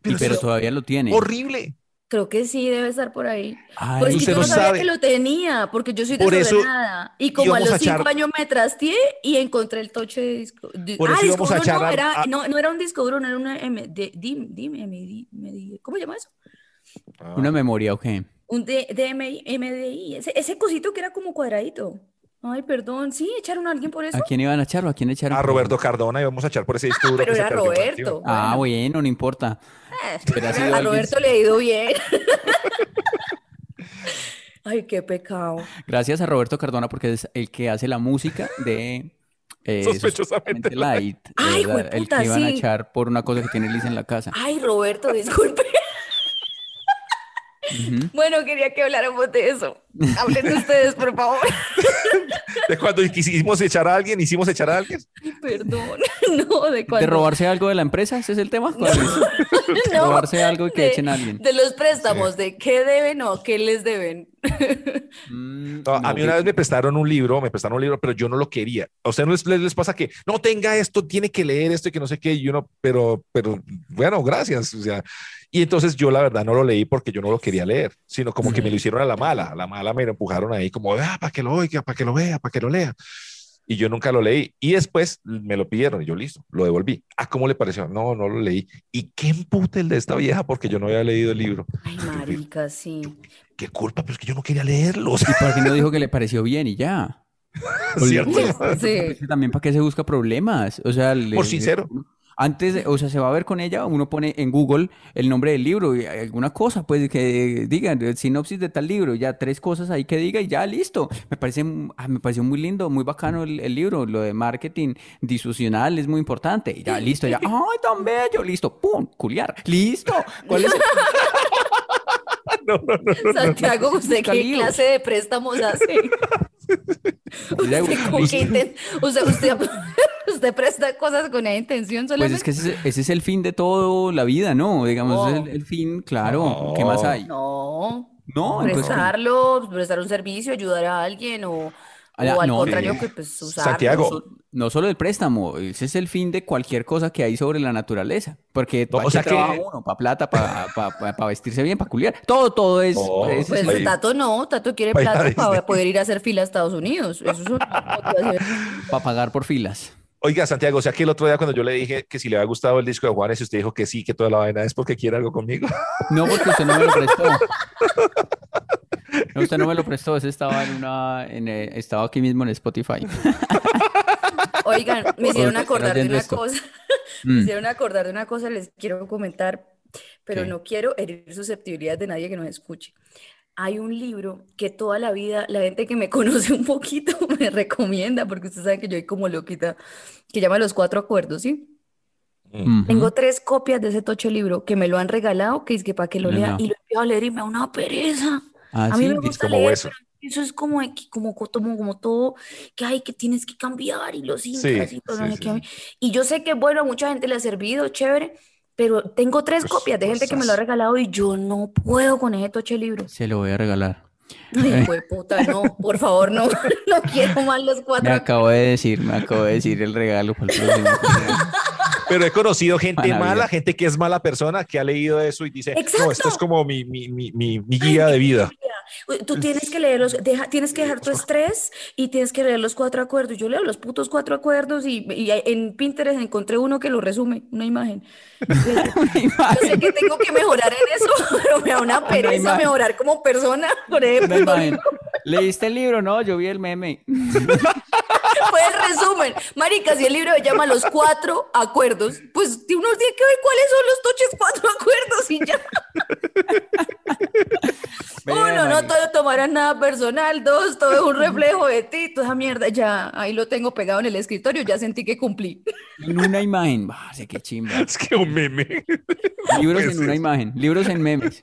E: Pero,
C: Pero
E: pero
C: sí.
E: todavía lo tiene.
C: Horrible.
D: Creo que sí, debe estar por ahí.
E: Ay,
D: Pues que
C: usted
D: yo
C: no
D: no sabía
C: sabe.
D: que lo tenía, porque yo soy
C: Por eso
D: desordenada. Y como a
C: íbamos
D: los
C: a
D: cinco
C: echar-
D: años me trasteé y encontré el toche de disco. de-
C: Por
D: ah,
C: eso
D: disco
C: íbamos a
D: duro no,
C: charlar
D: era,
C: a-
D: no, no era un disco duro, no era una M, de, dim, dim, M, di- me di- ¿cómo se llama eso?
E: ¿Una memoria o qué?
D: Un D, DMI, MDI, ese, ese cosito que era como cuadradito. Ay, perdón, sí, echaron a alguien por eso.
E: ¿A quién iban a echarlo? ¿A quién echaron?
C: A Ah, Roberto Cardona y vamos a echar por ese disco duro
D: Ah, pero
C: que se
D: era
C: perdió,
D: Roberto.
C: tío.
E: Ah, bueno, no importa.
D: Eh,
E: Hubiera sido
D: a
E: alguien-
D: Roberto le ha ido bien. Ay, qué pecado.
E: Gracias a Roberto Cardona porque es el que hace la música de eh,
C: Sospechosamente
E: Sospechosamente Light. de
D: Ay,
E: verdad,
D: jueputa,
E: el que iban a
D: sí.
E: echar por una cosa que tiene Liz en la casa.
D: Ay, Roberto, disculpe.
E: Ujú.
D: Bueno, quería que habláramos de eso. Hablen de ustedes, por favor.
C: De cuando quisimos echar a alguien, hicimos echar a alguien.
D: Ay, Perdón. No, de
E: ¿De
D: cuando.
E: robarse algo de la empresa? ¿Ese es el tema? ¿Cuál es?
D: No,
E: robarse algo y que
D: de-
E: echen a alguien.
D: De los préstamos, de qué deben o qué les deben.
E: Mm,
C: No, a
E: no,
C: mí una vez me prestaron un libro, me prestaron un libro, pero yo no lo quería. A ustedes no les, les- les pasa que no tenga esto, tiene que leer esto y que no sé qué. Y uno, pero, pero bueno, gracias. O sea, y entonces yo la verdad no lo leí porque yo no lo quería leer, sino como que me lo hicieron a la mala. A la mala me lo empujaron ahí como, ah, para que lo oiga, para que lo vea, para que lo lea. y yo nunca lo leí. Y después me lo pidieron y yo listo, lo devolví. Ah, ¿cómo le pareció? No, no lo leí. ¿Y qué empute el de esta vieja? Porque yo no había leído el libro.
D: Ay, marica, sí.
C: ¿Qué culpa? Pero es que yo no quería leerlo. o sea,
E: Porque no dijo que le pareció bien y ya.
C: ¿Cierto?
E: Es
D: Sí.
E: que también para qué se busca problemas. O sea, le-
C: Por sincero.
E: Antes, de- o sea, se va a ver con ella, uno pone en Google el nombre del libro y alguna cosa, pues que digan, eh, sinopsis de tal libro, ya tres cosas ahí que diga y ya listo. Me parece, ah, me pareció muy lindo, muy bacano el, el libro, lo de marketing disucional es muy importante. Y ya listo, ya, ¡ay, tan bello! Listo, ¡pum! Culiar, listo. ¿Cuál es el-
D: Santiago, ¿usted qué
E: Salidos.
D: clase de préstamos hace?
E: Ya,
D: ¿Usted, con
E: listo.
D: qué inten- o sea, usted, usted presta cosas con una intención
E: Pues
D: solamente.
E: es que ese, ese es el fin de toda la vida, ¿no? Digamos, ese es el, el fin, claro. ¿Qué más hay?
D: No.
E: No, entonces-
D: prestarlo, prestar un servicio, ayudar a alguien o,
E: Ah, ya,
D: o al
E: no,
D: contrario
E: sí.
D: que pues usarlo.
C: Santiago,
E: so- no solo el préstamo, ese es el fin de cualquier cosa que hay sobre la naturaleza. Porque
C: No,
E: para
C: o sea
E: qué trabaja
C: que-
E: uno, para plata, para vestirse bien, para culiar. Todo, todo es.
C: No,
E: es-
D: Pues
C: Ahí.
D: Tato no, Tato quiere
C: Vaya
D: plata
C: Disney.
D: para poder ir a hacer fila a Estados Unidos. Eso es una motivación.
E: para pagar por filas.
C: Oiga, Santiago, o sea que el otro día cuando yo le dije que si le había gustado el disco de Juanes y usted dijo que sí, que toda la vaina es porque quiere algo conmigo.
E: No, porque usted no me lo prestó. No, usted no me lo prestó. Ese estaba en una. en, eh, estaba aquí mismo en Spotify.
D: Oigan, me hicieron
E: Ahorita están
D: acordar de
E: oyendo
D: una
E: esto.
D: cosa.
E: Mm.
D: Me hicieron acordar de una cosa, les quiero comentar, pero
E: ¿Qué?
D: no quiero herir susceptibilidades de nadie que nos escuche. Hay un libro que toda la vida la gente que me conoce un poquito me recomienda, porque ustedes saben que yo soy como loquita, que llama Los Cuatro Acuerdos, ¿sí?
E: Ujú.
D: Tengo tres copias de ese tocho libro que me lo han regalado, que es que para que lo
E: No,
D: lea,
E: no.
D: y lo empiezo a leer y me da una pereza.
E: Ah,
D: A mí
E: sí,
D: me
E: dice-
D: gusta
C: como
D: leer,
C: eso.
D: pero eso es como, de que- como, co- como, como todo que hay que tienes que cambiar y los incas y todo, no
C: sí,
D: sé
C: sí,
D: qué.
C: sí.
D: Y yo sé que, bueno, a mucha gente le ha servido, chévere, pero tengo tres
C: Pues,
D: copias de gente que me lo ha
C: cosas.
D: regalado y yo no puedo con ese toche libro.
E: Se lo voy a regalar.
D: Ay, hijo de puta, no, por favor, no, no quiero más los
E: Me
D: cuatro.
E: acabo de decir, me acabo de decir el regalo para el próximo.
C: Pero he conocido gente
E: Para Navidad.
C: mala, gente que es mala persona, que ha leído eso y dice, no, esto
D: Exacto.
C: es como mi, mi, mi, mi, mi guía de vida.
D: Tú tienes que leer los, deja- tienes que dejar tu estrés y tienes que leer los cuatro acuerdos. Yo leo los putos cuatro acuerdos y, y en Pinterest encontré uno que lo resume, una imagen. Yo sé que tengo que mejorar en eso, pero me da una pereza
E: imagen.
D: mejorar como persona con ese
E: Una
D: puto
E: imagen.
D: libro.
E: ¿Leíste el libro? No, yo vi el meme.
D: Fue el resumen. Marica, si el libro se llama Los Cuatro Acuerdos, pues tiene unos días que ver cuáles son los toches cuatro acuerdos y ya.
E: Vea,
D: Uno, no
E: Mari.
D: todo tomará nada personal. Dos, todo es un reflejo de ti. Toda esa mierda, ya ahí lo tengo pegado en el escritorio, ya sentí que cumplí.
E: En una imagen. Bah, sé qué chimba.
C: Es que un meme.
E: Libros
C: puede
E: en una
C: ser.
E: imagen. Libros en memes.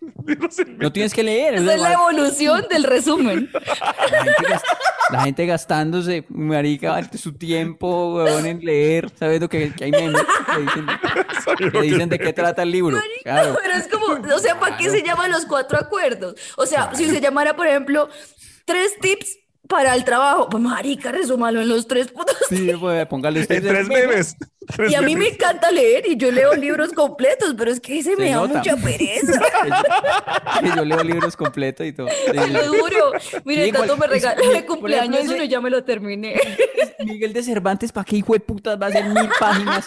E: No tienes que leer.
D: Esa
E: la
D: es la evolución del resumen.
E: gente gas- la gente gastándose, marica, su tiempo, huevón, en leer. ¿Sabes lo que, que hay memes? Que dicen, que dicen de qué trata el libro. Claro.
D: Pero es como, o sea, ¿para qué se llaman los cuatro acuerdos? O sea, si se llamara, por ejemplo, tres tips para el trabajo, pues marica, resúmalo en los tres puntos.
E: Sí, pues, póngale usted.
C: En tres memes. Tres
D: Y a mí me
C: memes.
D: encanta leer y yo leo libros completos, pero es que se me da
E: nota.
D: mucha pereza,
E: Que yo leo libros completos y todo. Sí.
D: te lo juro. Mire,
E: igual,
D: tanto me
E: es-
D: regaló
E: por
D: de
E: ejemplo,
D: cumpleaños
E: ese-
D: uno y ya me lo terminé.
E: Miguel de Cervantes, ¿para qué hijo de putas va a hacer mil páginas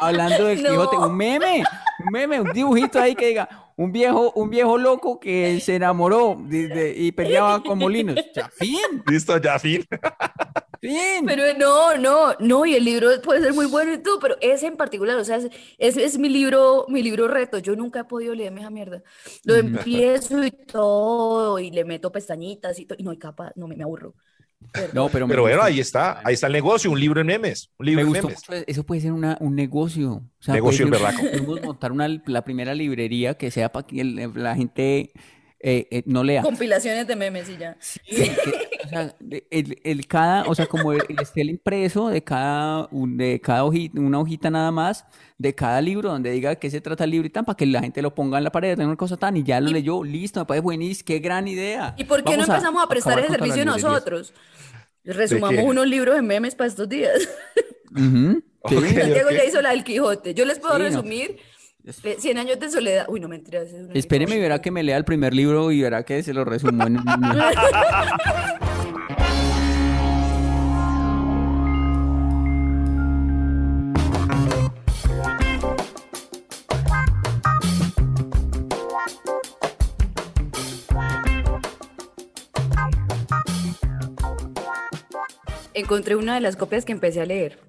E: hablando del
D: No.
E: Quijote? Un meme, un meme, un dibujito ahí que diga, un viejo, un viejo loco que se enamoró de- de- y peleaba con molinos. Ya, fin,
C: Listo, ya fin.
E: fin.
D: Pero no, no, no, y el libro puede ser muy bueno y todo, pero ese en particular, o sea, es- ese es mi libro, mi libro reto. Yo nunca he podido leerme esa mierda.
E: Mm.
D: Lo empiezo y todo, y le meto pestañitas y todo, y no hay capaz, no me, me aburro.
E: No, pero, me
C: Pero bueno,
E: gusta.
C: ahí está. Ahí está el negocio, un libro en memes. Un libro
E: Me
C: en
E: gustó
C: memes.
E: mucho, eso puede ser una, un negocio. O sea,
C: Negocio
E: puede ser-
C: berraco.
E: Podemos montar una, la primera librería que sea para que el- la gente eh, eh, no lea.
D: Compilaciones de memes y ya.
E: que, o sea, de- el, el cada, o sea, como el, el esté el impreso de cada, un- de cada hojita, una hojita nada más, de cada libro, donde diga de qué se trata el libro y tan, para que la gente lo ponga en la pared, una cosa tan, y ya lo leyó, listo, me parece buenísimo, qué gran idea.
D: ¿Y por qué no
E: Vamos
D: empezamos a prestar
E: acabar
D: ese
E: contra las
D: servicio
E: librerías.
D: nosotros? Resumamos
C: qué?
D: unos libros de memes para estos días.
E: Ujú, sí.
C: Ok.
D: Santiago
C: ok.
D: ya hizo la del Quijote. Yo les puedo
E: Sí, no.
D: resumir eh, 100 años de soledad. Uy, no, mentira. ese es uno de mis
E: Espéreme y verá que me lea el primer libro y verá que se lo resumo en un minuto.
D: favoritos. encontré una de las copias que empecé a leer.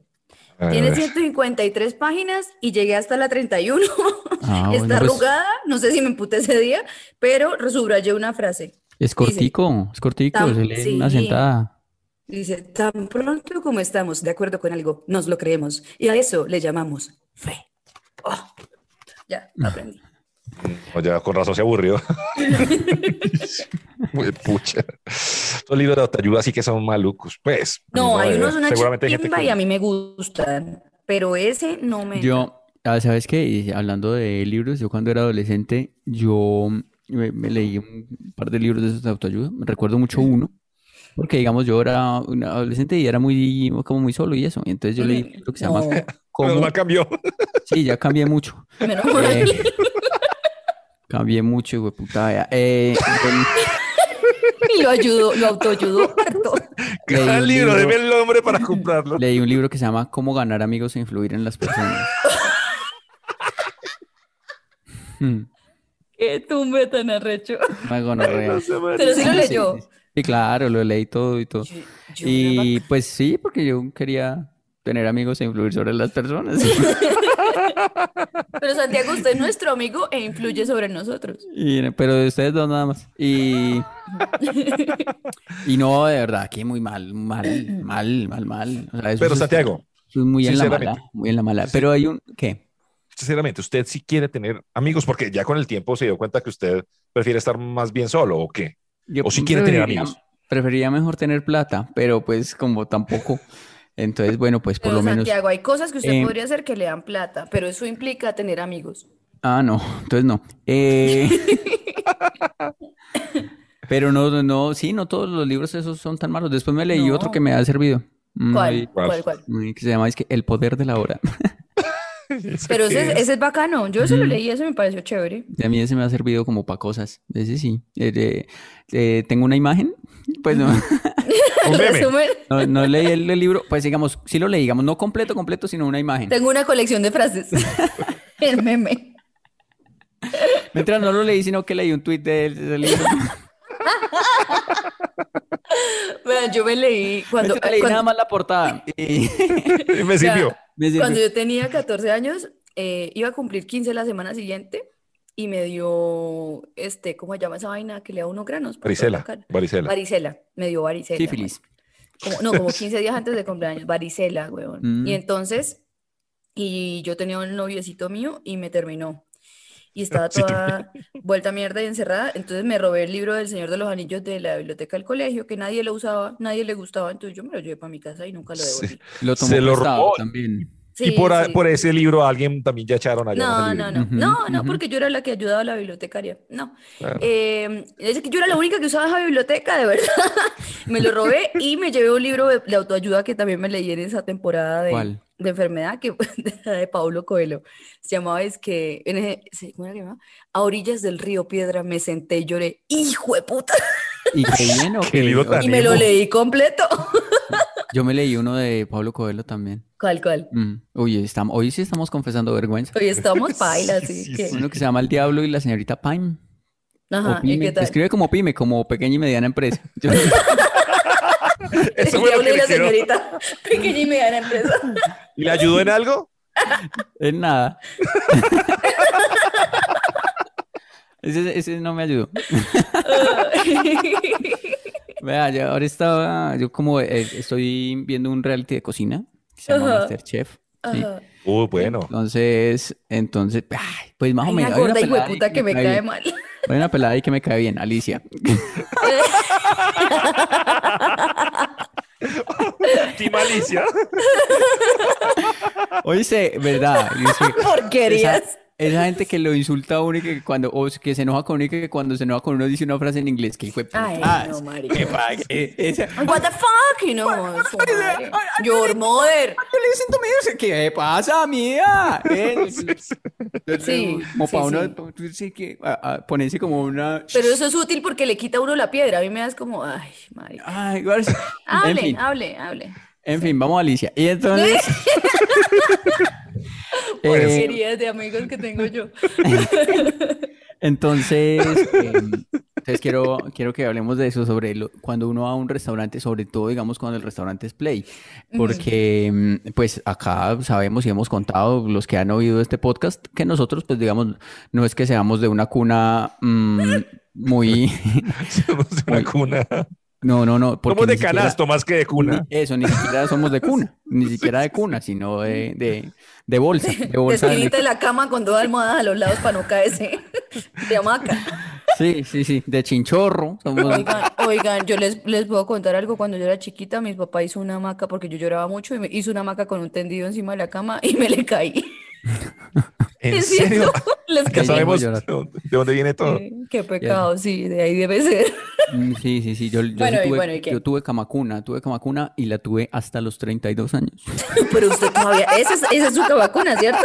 C: A
D: Tiene
C: ver.
D: 153 páginas y llegué hasta la 31.
E: Ah, bueno,
D: Está
E: pues,
D: arrugada, no sé si me emputé ese día, pero subrayé una frase.
E: es cortico, es cortico,
D: Tam-
E: se lee en una
D: sí.
E: sentada.
D: Dice, tan pronto como estamos de acuerdo con algo, nos lo creemos. Y a eso le llamamos fe. Oh, ya, aprendí.
C: Oye, con razón se aburrió. Muy pucha. Los libros de autoayuda sí que son malucos. Pues,
D: No, hay unos una
C: seguramente hay gente
D: chimba
C: que-
D: y a mí me gustan, pero ese no me...
E: Yo, ah, ¿sabes qué? Y hablando de libros, yo cuando era adolescente, yo me, me leí un par de libros de esos de autoayuda. Me recuerdo mucho uno, porque digamos yo era un adolescente y era muy como muy solo y eso. Y entonces yo leí un libro que se llama
D: No,
C: Pero
E: Cómo-
C: no cambió.
E: Sí, ya cambié mucho.
D: menos mal.
E: Eh, cambié mucho, güey, puta. vea. Eh,
D: Y lo ayudó, lo autoayudó harto.
E: leí un
C: Cada libro,
E: libro-
C: deme el nombre para comprarlo.
E: leí un libro que se llama Cómo ganar amigos e influir en las personas. Hmm,
D: Qué tumbe tan arrecho.
E: una gonorrea.
D: Pero sí lo
E: Sí,
D: leyó.
E: sí, sí, claro, lo leí todo y todo.
D: Yo era
E: Y pues sí, porque yo quería tener amigos e influir sobre las personas.
D: Pero Santiago, usted es nuestro amigo e influye sobre nosotros.
E: Y- pero de ustedes dos nada más. Y, y no, de verdad, que muy mal, mal, mal, mal, mal. O sea, eso
C: Pero
E: es-
C: Santiago,
E: eso es muy en la
C: sinceramente.
E: mala, muy en la mala. Pero hay un, ¿qué?
C: sinceramente, usted sí quiere tener amigos porque ya con el tiempo se dio cuenta que usted prefiere estar más bien solo o qué.
E: Yo
C: O si quiere tener
E: preferiría-
C: amigos.
E: Preferiría mejor tener plata, pero pues como tampoco. Entonces, bueno, pues por
D: Pero
E: lo menos.
D: Santiago, hay cosas que usted
E: Eh,
D: podría hacer que le dan plata, pero eso implica tener amigos.
E: Ah, no, entonces no. Eh, Pero no, no, no, sí, no todos los libros esos son tan malos. Después me leí otro que
D: No.
E: me ha servido. Mm,
D: ¿Cuál?
C: ¿cuál?
D: ¿Cuál? ¿Cuál?
E: ahí, que se llama es que El poder de la hora.
D: Pero ese,
C: ¿Qué
D: es- ese es bacano. Yo eso lo
E: Ujú.
D: leí, eso me pareció chévere.
E: Y a mí ese me ha servido como para cosas. Ese sí. Eh, eh, eh, tengo una imagen, pues no.
C: Un meme.
D: Resumen,
E: No, no leí el, el libro, pues digamos, sí lo leí, digamos, no completo, completo, sino una imagen.
D: tengo una colección de frases. El meme.
E: Mientras no lo leí, sino que leí un tuit de él, de ese libro.
D: Vean, yo me leí cuando,
E: Mentira, leí
D: cuando-
E: nada más la portada. Y
C: Me sirvió.
E: me sirvió.
D: Cuando yo tenía 14 años, eh, iba a cumplir 15 la semana siguiente y me dio, este, ¿cómo se llama esa vaina que le da uno granos? por toda la
C: Varicela,
D: cara?
C: varicela.
D: Varicela, me dio varicela.
E: Sífilis.
D: como- no, como 15 días antes de cumpleaños, varicela, weón.
E: Mm.
D: Y entonces, y yo tenía un noviecito mío y me terminó. Y estaba
C: Sí,
D: toda vuelta a mierda y encerrada. Entonces me robé el libro del Señor de los Anillos de la biblioteca del colegio, que nadie lo usaba, nadie le gustaba. Entonces yo me lo llevé para mi casa y nunca lo
C: Sí.
D: devolví.
E: Lo tomó
C: Se lo
E: prestado
C: robó.
E: también.
C: y
D: Sí,
C: por, a-
D: sí.
C: por ese libro a alguien también ya echaron allá.
D: No,
C: ese libro.
D: no, no.
E: Ujú,
D: No, no,
E: ujú.
D: porque yo era la que ayudaba a la bibliotecaria. No.
C: Claro.
D: Eh, es que yo era la única que usaba esa biblioteca, de verdad. Me lo robé y me llevé un libro de, de autoayuda que también me leí en esa temporada de,
E: ¿Cuál?
D: de enfermedad que de Paulo Coelho. Se llamaba, es que, en ese- sí, ¿cómo era que se llamaba? A orillas del río Piedra me senté y lloré. ¡Hijo de puta!
E: Y qué bien, ¿o
C: Qué libro
E: O-
C: tan
D: Y me lo leí completo.
E: Yo me leí uno de Pablo Coelho también.
D: ¿Cuál, cuál?
E: Mm. Oye, estam- hoy sí estamos confesando vergüenza.
D: Hoy estamos paila,
C: Sí,
D: así
C: sí,
D: que.
C: sí.
E: Uno que se llama El Diablo y la señorita Pine. o
D: Ajá, ¿y
E: Pyme.
D: qué tal?
E: Escribe como Pyme, como pequeña y mediana empresa. Yo-
C: Eso
D: El
C: fue lo
D: diablo
C: que
D: y
C: le
D: la
C: quedó.
D: señorita, pequeña y mediana empresa.
C: ¿Y le ayudó en algo?
E: en nada. Ese, ese no me ayudó. Vea, yo ahora estaba, yo como eh, estoy viendo un reality de cocina que se llama
D: Ajá.
E: MasterChef. ¿sí?
D: Ajá.
C: Uy, bueno.
E: Entonces, entonces, ay, pues más o
D: Hay una
E: menos. Hay una
D: gorda
E: pelada
D: hijueputa
E: ahí
D: que me cae
E: bien.
D: mal.
E: Hay una pelada ahí que me cae bien, Alicia.
C: Ti malicia.
E: Oíste, verdad. Dice, esa,
D: Porquerías.
E: esa gente que lo insulta a uno y que cuando, o que se enoja con uno y que cuando se enoja con uno dice una frase en inglés, que fue
D: Ay, no, marica.
E: ¿Qué pa- qué- esa-
D: What the fuck, you know, su madre. Your mother.
E: ¿Qué le dicen también? O sea, ¿Qué pasa, mía? Eh,
D: Sí,
E: como
D: sí,
E: para uno
D: sí.
E: tú sí que, a- a ponerse como una.
D: Pero eso es útil porque le quita a uno la piedra. A mí me das como, ay, marica.
E: Ay, igual- en
D: Hable,
E: fin,
D: hable, hable.
E: en fin, vamos a Alicia. Y entonces. eh,
D: Porquerías de amigos que tengo yo.
E: Entonces, eh, Entonces quiero, quiero que hablemos de eso, sobre lo- cuando uno va a un restaurante, sobre todo, digamos, cuando el restaurante es Play, porque mm, pues acá sabemos y hemos contado, los que han oído este podcast, que nosotros, pues digamos, no es que seamos de una cuna mm, muy...
C: Somos de una cuna.
E: No, no, no, porque
C: Somos de
E: ni siquiera-
C: canasto más que de cuna.
E: ni- Eso, ni siquiera somos de cuna, ni siquiera de cuna, sino de, de, de bolsa, de bolsa.
D: Te
E: de-
D: esquinita de la cama con dos almohadas a los lados para no caerse de hamaca.
E: Sí, sí, sí, de chinchorro. somos-
D: Oigan, oigan, yo les, les puedo contar algo. Cuando yo era chiquita, mis papá hizo una hamaca porque yo lloraba mucho y me hizo una hamaca con un tendido encima de la cama y me le caí.
C: ¿En
D: Es cierto,
C: serio? Ya
D: Les
E: Sí,
D: caí.
C: sabemos
E: voy a llorar.
C: de dónde viene todo.
D: Eh, Qué pecado, sí, de ahí debe ser.
E: Mm, Sí, sí, sí. Yo, yo sí
D: Bueno, y
E: tuve,
D: bueno, ¿y qué?
E: yo tuve camacuna, tuve camacuna y la tuve hasta los 32 años.
D: Pero usted todavía, esa es, esa es su vacuna, ¿cierto?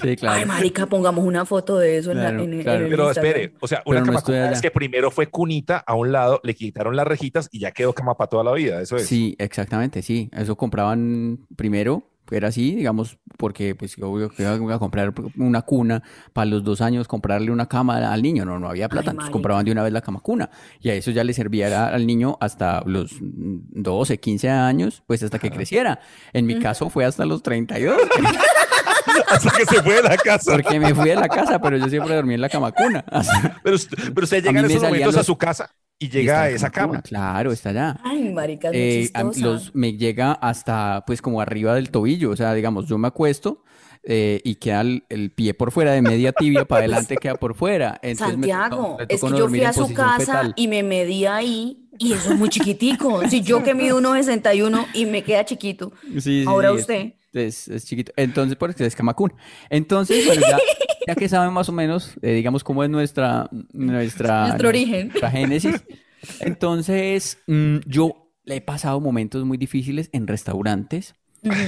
E: Sí,
D: Ay,
E: claro.
D: marica, pongamos una foto de eso en la,
E: Claro,
D: en, en
E: claro.
D: el
C: Pero
D: Instagram.
C: espere, o sea, una
E: Pero no
C: cama
E: estoy
C: cuna
E: allá.
C: es que primero fue cunita a un lado, le quitaron las rejitas y ya quedó cama para toda la vida. Eso es.
E: Sí, exactamente, sí. Eso compraban primero, era así, digamos, porque pues obvio que iba a comprar una cuna para los dos años, comprarle una cama al niño, no, no había plata, entonces
D: marica.
E: compraban de una vez la cama cuna y a eso ya le servía a- al niño hasta los mm, 12, 15 años, pues hasta que creciera. En mi caso fue hasta los 32.
C: Hasta que se fue de la casa.
E: Porque me fui de la casa, pero yo siempre dormí en la cama cuna.
C: Pero usted, pero usted
E: A
C: llega
E: mí
C: en
E: me
C: esos
E: salían
C: momentos a
E: los-
C: su casa y
E: Y está
C: llega a
E: en
C: esa
E: Cancún,
C: cama.
E: Claro, está allá.
D: Ay, marica, es muy
E: Eh, a-
D: chistosa.
E: los, me llega hasta, pues, como arriba del tobillo. O sea, digamos, yo me acuesto eh, y queda el, el pie por fuera, de media tibia para adelante queda por fuera. Entonces me tocó-
D: Pues Santiago,
E: me
D: es
E: tocó
D: que
E: no
D: yo
E: dormir
D: fui
E: en
D: a su
E: posición
D: casa
E: fetal.
D: y me medí ahí y eso es muy chiquitico. Si yo que mido 1,61 y me queda chiquito.
E: Sí, sí,
D: Ahora
E: sí, es-
D: usted.
E: Es, es chiquito. Entonces, por eso es camacún. Entonces, bueno, ya, ya que saben más o menos, eh, digamos, cómo es nuestra, nuestra,
D: Nuestro origen.
E: nuestra génesis. Entonces, mm, yo le he pasado momentos muy difíciles en restaurantes.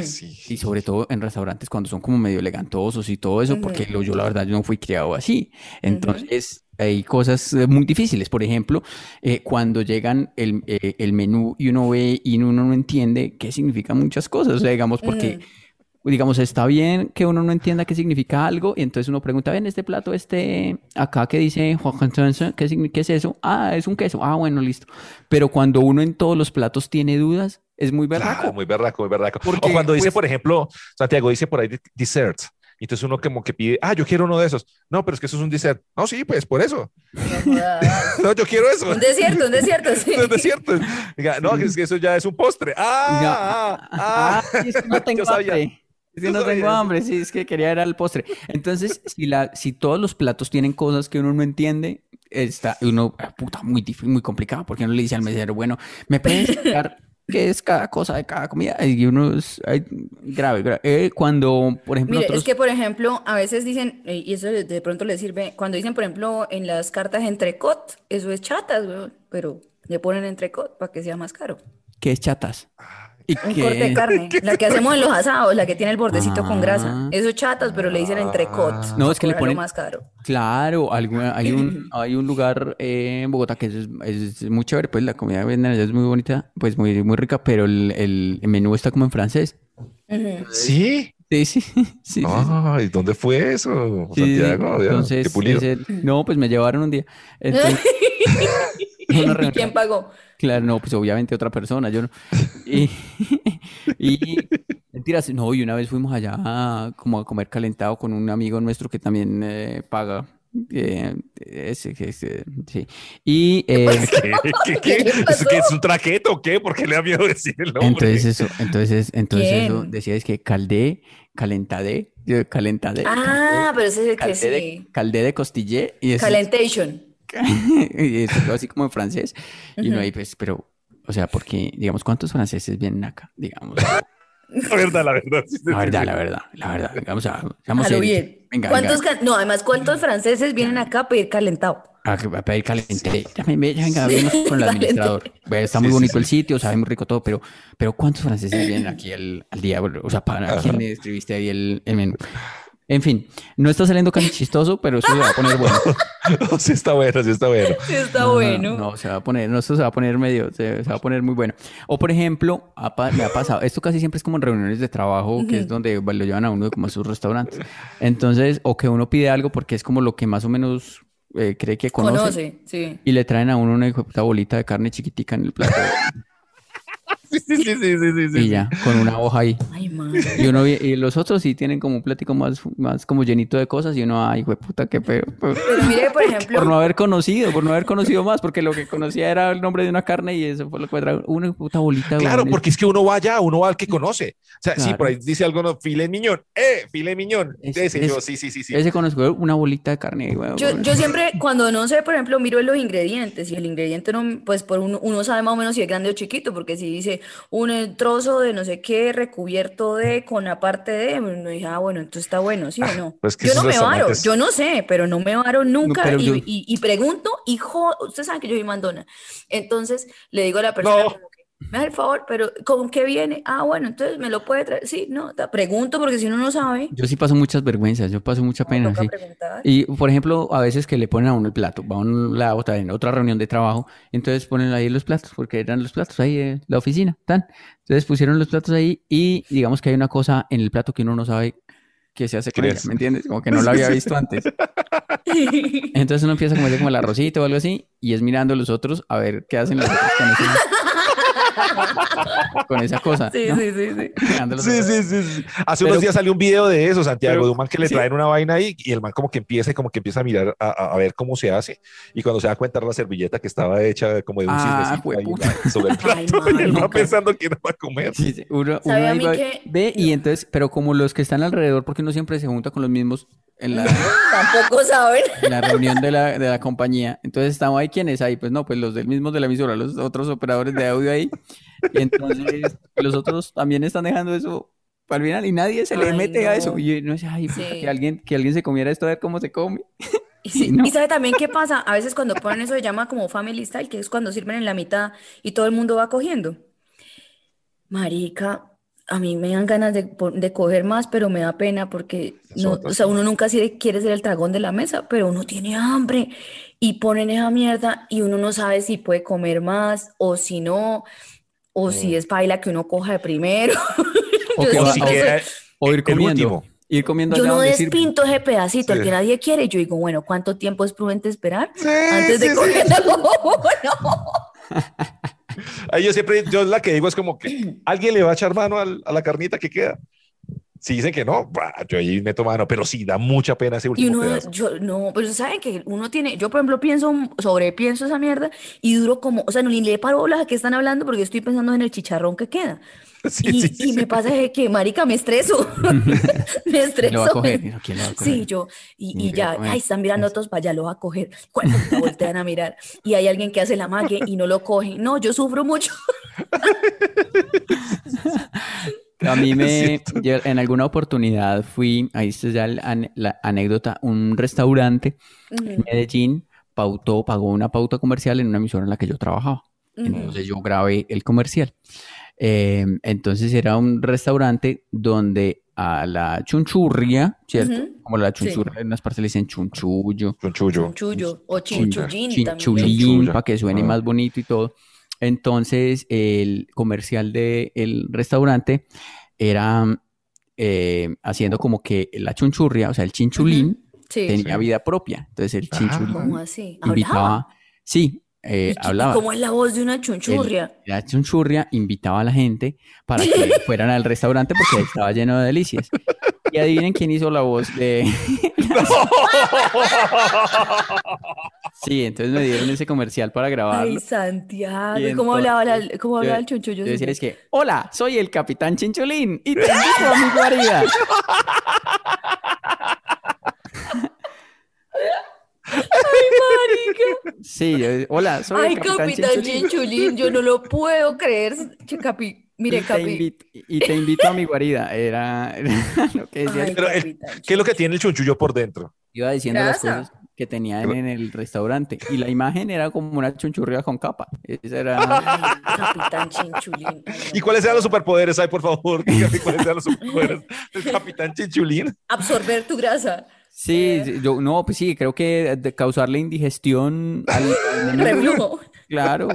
C: Sí.
E: Y sobre todo en restaurantes cuando son como medio elegantosos y todo eso, porque lo- yo la verdad yo no fui criado así. Entonces hay cosas eh, muy difíciles. Por ejemplo, eh, cuando llegan el, eh, el menú y uno ve y uno no entiende qué significan muchas cosas. O sea, digamos, porque, digamos, está bien que uno no entienda qué significa algo y entonces uno pregunta, ven, este plato, este acá que dice Juan Johnson, ¿qué, signi- qué es eso? Ah, es un queso. Ah, bueno, listo. Pero cuando uno en todos los platos tiene dudas, es muy
C: Claro,
E: berraco.
C: muy berraco, muy berraco.
E: Porque,
C: o cuando dice,
E: pues-
C: por ejemplo, Santiago dice por ahí de- dessert. Y entonces uno como que pide, ah, yo quiero uno de esos. No, pero es que eso es un dessert. No, sí, pues por eso. No, yo quiero eso.
D: Un desierto, un desierto, sí.
C: No, no es cierto. Diga, no, es que eso ya es un postre. Ah, ah, ah.
E: Ah, es que no tengo
C: Yo sabía.
E: hambre. Es que
C: Yo
E: no
C: sabía
E: tengo
C: eso.
E: hambre, sí, es que quería ir al postre. Entonces, si, la, si todos los platos tienen cosas que uno no entiende, está uno, ah, puta, muy difí- muy complicado, porque uno le dice al mesero, bueno, ¿me puedes explicar qué es cada cosa de cada comida? Y uno es ay, grave, grave. Eh, cuando, por ejemplo,
D: Mire,
E: otros-
D: es que, por ejemplo, a veces dicen, eh, y eso de- de pronto les sirve, cuando dicen, por ejemplo, en las cartas entrecot, eso es chatas, weón, pero le ponen entrecot para que sea más caro.
E: ¿qué es chatas?
C: Ah,
E: ¿Y
D: Un
E: qué-
D: corte de carne, la que hacemos en los asados, la que tiene el bordecito con grasa.
E: Ah.
D: Eso es chatas, pero le dicen entrecot.
E: No, es que le
D: cobrarlo
E: ponen-
D: más caro.
E: Claro, alguna- hay un, hay un lugar eh, en Bogotá que es, es muy chévere, pues la comida vietnamita es muy bonita, pues muy, muy rica, pero el, el menú está como en francés.
C: Sí. Ah,
E: Sí, sí, sí, sí, sí.
C: Ay, ¿dónde fue eso,
E: Sí, sí, sí.
C: Santiago? Ya, qué
E: Entonces,
C: pulido.
E: dice, no, pues me llevaron un día. Entonces, una reunión.
D: ¿Quién pagó?
E: Claro, no, pues obviamente otra persona, yo no. Y, y- mentiras, no, y una vez fuimos allá a- como a comer calentado con un amigo nuestro que también eh, paga. eh, ese, que ese, sí. Y eh,
C: ¿Qué, qué, qué?
D: ¿Qué le pasó?
C: ¿Es que es un traqueto o qué? ¿Por qué le da miedo decir el nombre?
E: entonces eso, entonces, entonces eso,
D: ¿Quién?
E: decía es que caldé, calentadé, yo, calentadé,
D: Ah, pero ese es el que
E: caldé de,
D: sí.
E: caldé de costillé, y eso,
D: Calentation.
E: y eso quedó así como en francés. Y no, ahí pues, pero, o sea, porque, digamos, ¿cuántos franceses vienen acá? Digamos.
C: La verdad, la verdad. Sí, sí,
E: La verdad,
C: sí.
E: la verdad, la verdad. Vamos a, seamos
D: A lo
E: serios.
D: bien.
E: Venga,
D: ¿Cuántos
E: venga.
D: can- No, además, ¿cuántos franceses vienen acá a pedir calentado?
E: A, a pedir caliente. También, venga, venga, hablemos con el
D: Caliente.
E: administrador. Bueno, está muy
C: Sí, sí,
E: bonito
C: sí.
E: el sitio, sabe muy rico todo, pero, pero ¿cuántos franceses vienen aquí al, al día? O sea, ¿para quién le escribiste ahí el, el menú? En fin, no está saliendo casi chistoso, pero eso se va a poner bueno.
C: No, sí está bueno, sí está bueno.
D: Está
E: No, no,
D: bueno.
E: Ah, No, se va a poner, no, esto se va a poner medio, se, se va a poner muy bueno. O por ejemplo, ha pa- me ha pasado, esto casi siempre es como en reuniones de trabajo, que es donde lo llevan a uno como a sus restaurantes. Entonces, o que uno pide algo porque es como lo que más o menos eh, cree que conoce,
D: Conoce, sí.
E: y le traen a uno una hijo de puta bolita de carne chiquitica en el plato
C: Sí, sí, sí, sí, sí, sí.
E: y ya, con una hoja ahí.
D: Ay, man.
E: Y, uno, vi- y los otros sí tienen como un platico más, más como llenito de cosas y uno, ay, puta, qué feo.
D: Pero mire, por ejemplo,
E: Por no haber conocido, por no haber conocido más, porque lo que conocía era el nombre de una carne y eso fue lo que trajo una puta bolita.
C: Claro,
E: weón.
C: porque es que uno va allá, uno va al que conoce. O sea, sí,
E: Claro.
C: por ahí dice algo, no, file miñón, eh, file miñón.
E: Es-
C: Ese yo,
E: es-
C: sí, sí, sí, sí.
E: Ese conoció una bolita de carne, weón.
D: yo, yo siempre, cuando no sé, por ejemplo, miro los ingredientes y el ingrediente, no, pues por uno, uno sabe más o menos si es grande o chiquito, porque si dice un eh, trozo de no sé qué recubierto de con aparte de, uno dice, ah, bueno, entonces está bueno, ¿sí o no?
C: pues que
D: Yo
C: esos
D: no me varo,
C: restaurantes-
D: yo no sé, pero no me varo nunca
E: pero
D: y,
E: yo-
D: y- y pregunto, hijo, ustedes saben que yo soy mandona. Entonces le digo a la persona,
C: No.
D: como que, me hace el favor, pero ¿con qué viene? Ah, bueno, entonces me lo puede traer. Sí, no, ta- pregunto porque si uno no sabe,
E: Yo sí paso muchas vergüenzas, yo paso mucha pena,
D: toca
E: sí.
D: preguntar.
E: Y, por ejemplo, a veces que le ponen a uno el plato, va a un lado, está en otra reunión de trabajo, entonces ponen ahí los platos, porque eran los platos ahí en la oficina, tan. Entonces pusieron los platos ahí y digamos que hay una cosa en el plato que uno no sabe que se hace con
C: ¿Qué
E: ella,
C: es?
E: ¿me entiendes? Como que no lo había visto antes. Entonces uno empieza a comerse como el arrocito o algo así y es mirando a los otros a ver qué hacen los otros con, ese- con esa cosa,
D: Sí,
E: ¿no?
D: sí, sí, sí.
E: Mirando a los
C: Sí,
E: otros.
C: sí, sí, sí. Hace
E: Pero-
C: unos días salió un video de eso, Santiago,
E: Pero-
C: de un man que le
E: sí.
C: traen una vaina ahí y el man como que empieza y como que empieza a mirar, a, a- a ver cómo se hace. Y cuando se da cuenta era la servilleta que estaba hecha como de un
E: Ah,
C: cisnecito ahí,
E: jueputa.
C: la- sobre el
D: Ay,
C: plato. y el
D: marica.
C: man pensando que no va a comer.
E: Sí, sí, uno, uno
D: ¿Sabe a
E: ahí
D: mí
E: va-
D: que-
E: ve y entonces, pero como los que están alrededor, porque uno siempre se junta con los mismos en la,
D: Tampoco saben.
E: en la reunión de la, de la compañía, entonces estamos ahí, ¿quiénes ahí? Pues no, pues los del mismo de la emisora, los otros operadores de audio ahí, y entonces los otros también están dejando eso al final y nadie se le
D: Ay,
E: mete a eso.
D: no.
E: Y no es, ay, puta,
D: Sí.
E: que, alguien, que alguien se comiera esto a ver cómo se come.
D: Y, sí-
E: Sí, no.
D: y sabe también qué pasa, a veces cuando ponen eso se llama como family style, que es cuando sirven en la mitad y todo el mundo va cogiendo. Marica, a mí me dan ganas de, po- de coger más, pero me da pena porque
C: es
D: no,
C: otra,
D: o sea,
C: sí.
D: uno nunca se- quiere ser el dragón de la mesa, pero uno tiene hambre y ponen esa mierda y uno no sabe si puede comer más o si no, o si es paila que uno coja de primero.
E: Mm. O
D: Yo
E: que
D: sí,
E: va-
C: si
D: yo
E: o-
D: soy-
C: queda-
E: O ir
C: El
E: comiendo.
C: último.
E: Ir comiendo
D: yo
E: allá
D: no
E: donde sirven.
D: despinto ese pedacito, el
C: Sí.
D: que nadie quiere. y Yo digo, bueno, ¿cuánto tiempo es prudente esperar
C: Sí,
D: antes de
C: sí,
D: coger
C: sí.
D: la bombona?
C: Ahí yo siempre, yo la que digo es como que alguien le va a echar mano al- a la carnita que queda. Si dicen que no, bah, yo ahí meto mano, pero sí da mucha pena ese
D: Y
C: último
D: uno,
C: pedazo.
D: yo, no, pero saben que uno tiene, yo por ejemplo pienso, sobrepienso esa mierda y duro como, o sea, no ni le paro bolas a qué están hablando porque estoy pensando en el chicharrón que queda.
C: Sí,
D: Y,
C: sí, sí,
D: y me
C: sí.
D: pasa es que, marica, me estreso. Me
E: ¿Quién lo va a
D: estreso.
E: coger? Mira, ¿quién lo va a coger?
D: Sí, yo, y,
E: Ni
D: y
E: idea
D: ya,
E: cómo es.
D: ay, están mirando a otros, vaya, lo va a coger. Cuando la voltean a mirar y hay alguien que hace la mague y no lo coge. No, yo sufro mucho.
E: A mí me,
C: cierto.
E: yo en alguna oportunidad fui, ahí está ya el ane- la anécdota, un restaurante en Medellín pautó, pagó una pauta comercial en una emisora en la que yo trabajaba. Entonces yo grabé el comercial. Eh, entonces era un restaurante donde a la chunchurria, ¿cierto?
D: Ujú.
E: Como la chunchurria, en unas partes le dicen chunchullo,
C: Chunchullo.
D: Chunchullo o chinchullín también.
E: chinchulín,
C: Chinchulla.
E: para que suene
C: Ah.
E: más bonito y todo. Entonces, el comercial del restaurante era eh, haciendo como que la chunchurria, o sea, el chinchulín,
D: Sí.
E: tenía vida propia. Entonces, el
C: Ah.
E: chinchulín
D: ¿Cómo así? ¿Hablaba?
E: invitaba, sí, eh,
D: ¿Y, qué- y
E: hablaba.
D: cómo es la voz de una chunchurria?
E: La chunchurria invitaba a la gente para que fueran al restaurante porque ahí estaba lleno de delicias. Y adivinen quién hizo la voz de... Sí, entonces me dieron ese comercial para grabarlo.
D: Ay, Santiago.
E: Y
D: ¿Y cómo hablaba, la-
E: entonces,
D: cómo hablaba
E: yo-
D: el chunchullo?
E: Yo decía, es que, hola, soy el Capitán Chinchulín y te invito a mi guarida. Sí, yo- hola, soy
D: Ay,
E: el Capitán,
D: Capitán
E: Chinchulín.
D: Chinchulín, yo no lo puedo creer. Che, Capi, mire,
E: y, te
D: Capi.
E: invito, y te invito a mi guarida. Era lo que decía.
D: Ay,
C: Pero el-
D: Capitán
C: ¿Qué es lo que tiene el chunchullo por dentro?
E: Iba diciendo
D: grasa.
E: las cosas que tenían en el restaurante. Y la imagen era como una chunchurria con capa. Esa era...
D: Ay, Capitán Chinchulín. Ay, no,
C: ¿Y cuáles
D: por
C: eran los
D: favor.
C: superpoderes? Ay, por favor, dígame cuáles eran los superpoderes del Capitán Chinchulín.
D: Absorber tu grasa.
E: Sí, sí, yo, no, pues sí, creo que de causarle indigestión al, al menú.
D: Reflujo.
E: Claro,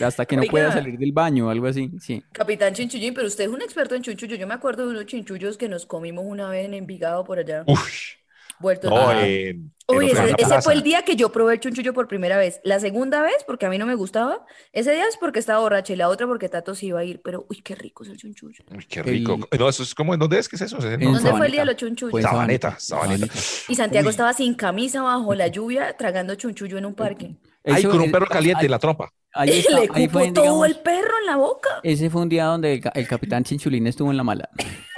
E: hasta que no pueda
D: Oiga.
E: salir del baño o algo así, sí.
D: Capitán Chinchullín, pero usted es un experto en chinchullo. Yo me acuerdo de unos chinchullos que nos comimos una vez en Envigado por allá.
C: Uf,
D: vuelto
C: No,
E: eh,
D: nada.
C: en- en
D: Uy,
C: Oferta
D: ese, ese
C: Plaza.
D: fue el día que yo probé el chunchullo por primera vez. La segunda vez, porque a mí no me gustaba. Ese día es porque estaba borracha y la otra porque Tato se iba a ir. Pero, uy, qué rico es el chunchullo.
C: Uy, qué rico.
E: El- Eh,
C: No, eso es como, ¿dónde es que es eso? Es en-
E: En
C: no,
D: ¿Dónde fue el día de
E: Sabaneta.
D: los chunchullos?
E: Fue en
C: Sabaneta, Sabaneta.
D: Y Santiago estaba sin camisa bajo la lluvia tragando chunchullo en un parque.
C: Ay,
E: Eso
C: con un
E: es-
C: perro caliente
E: ahí-
C: en la trompa.
E: ahí está-
D: Le
E: ahí
D: cupo
E: fue,
D: todo
E: digamos,
D: el perro en la boca.
E: Ese fue un día donde el, ca- el capitán Chinchulín estuvo en la mala.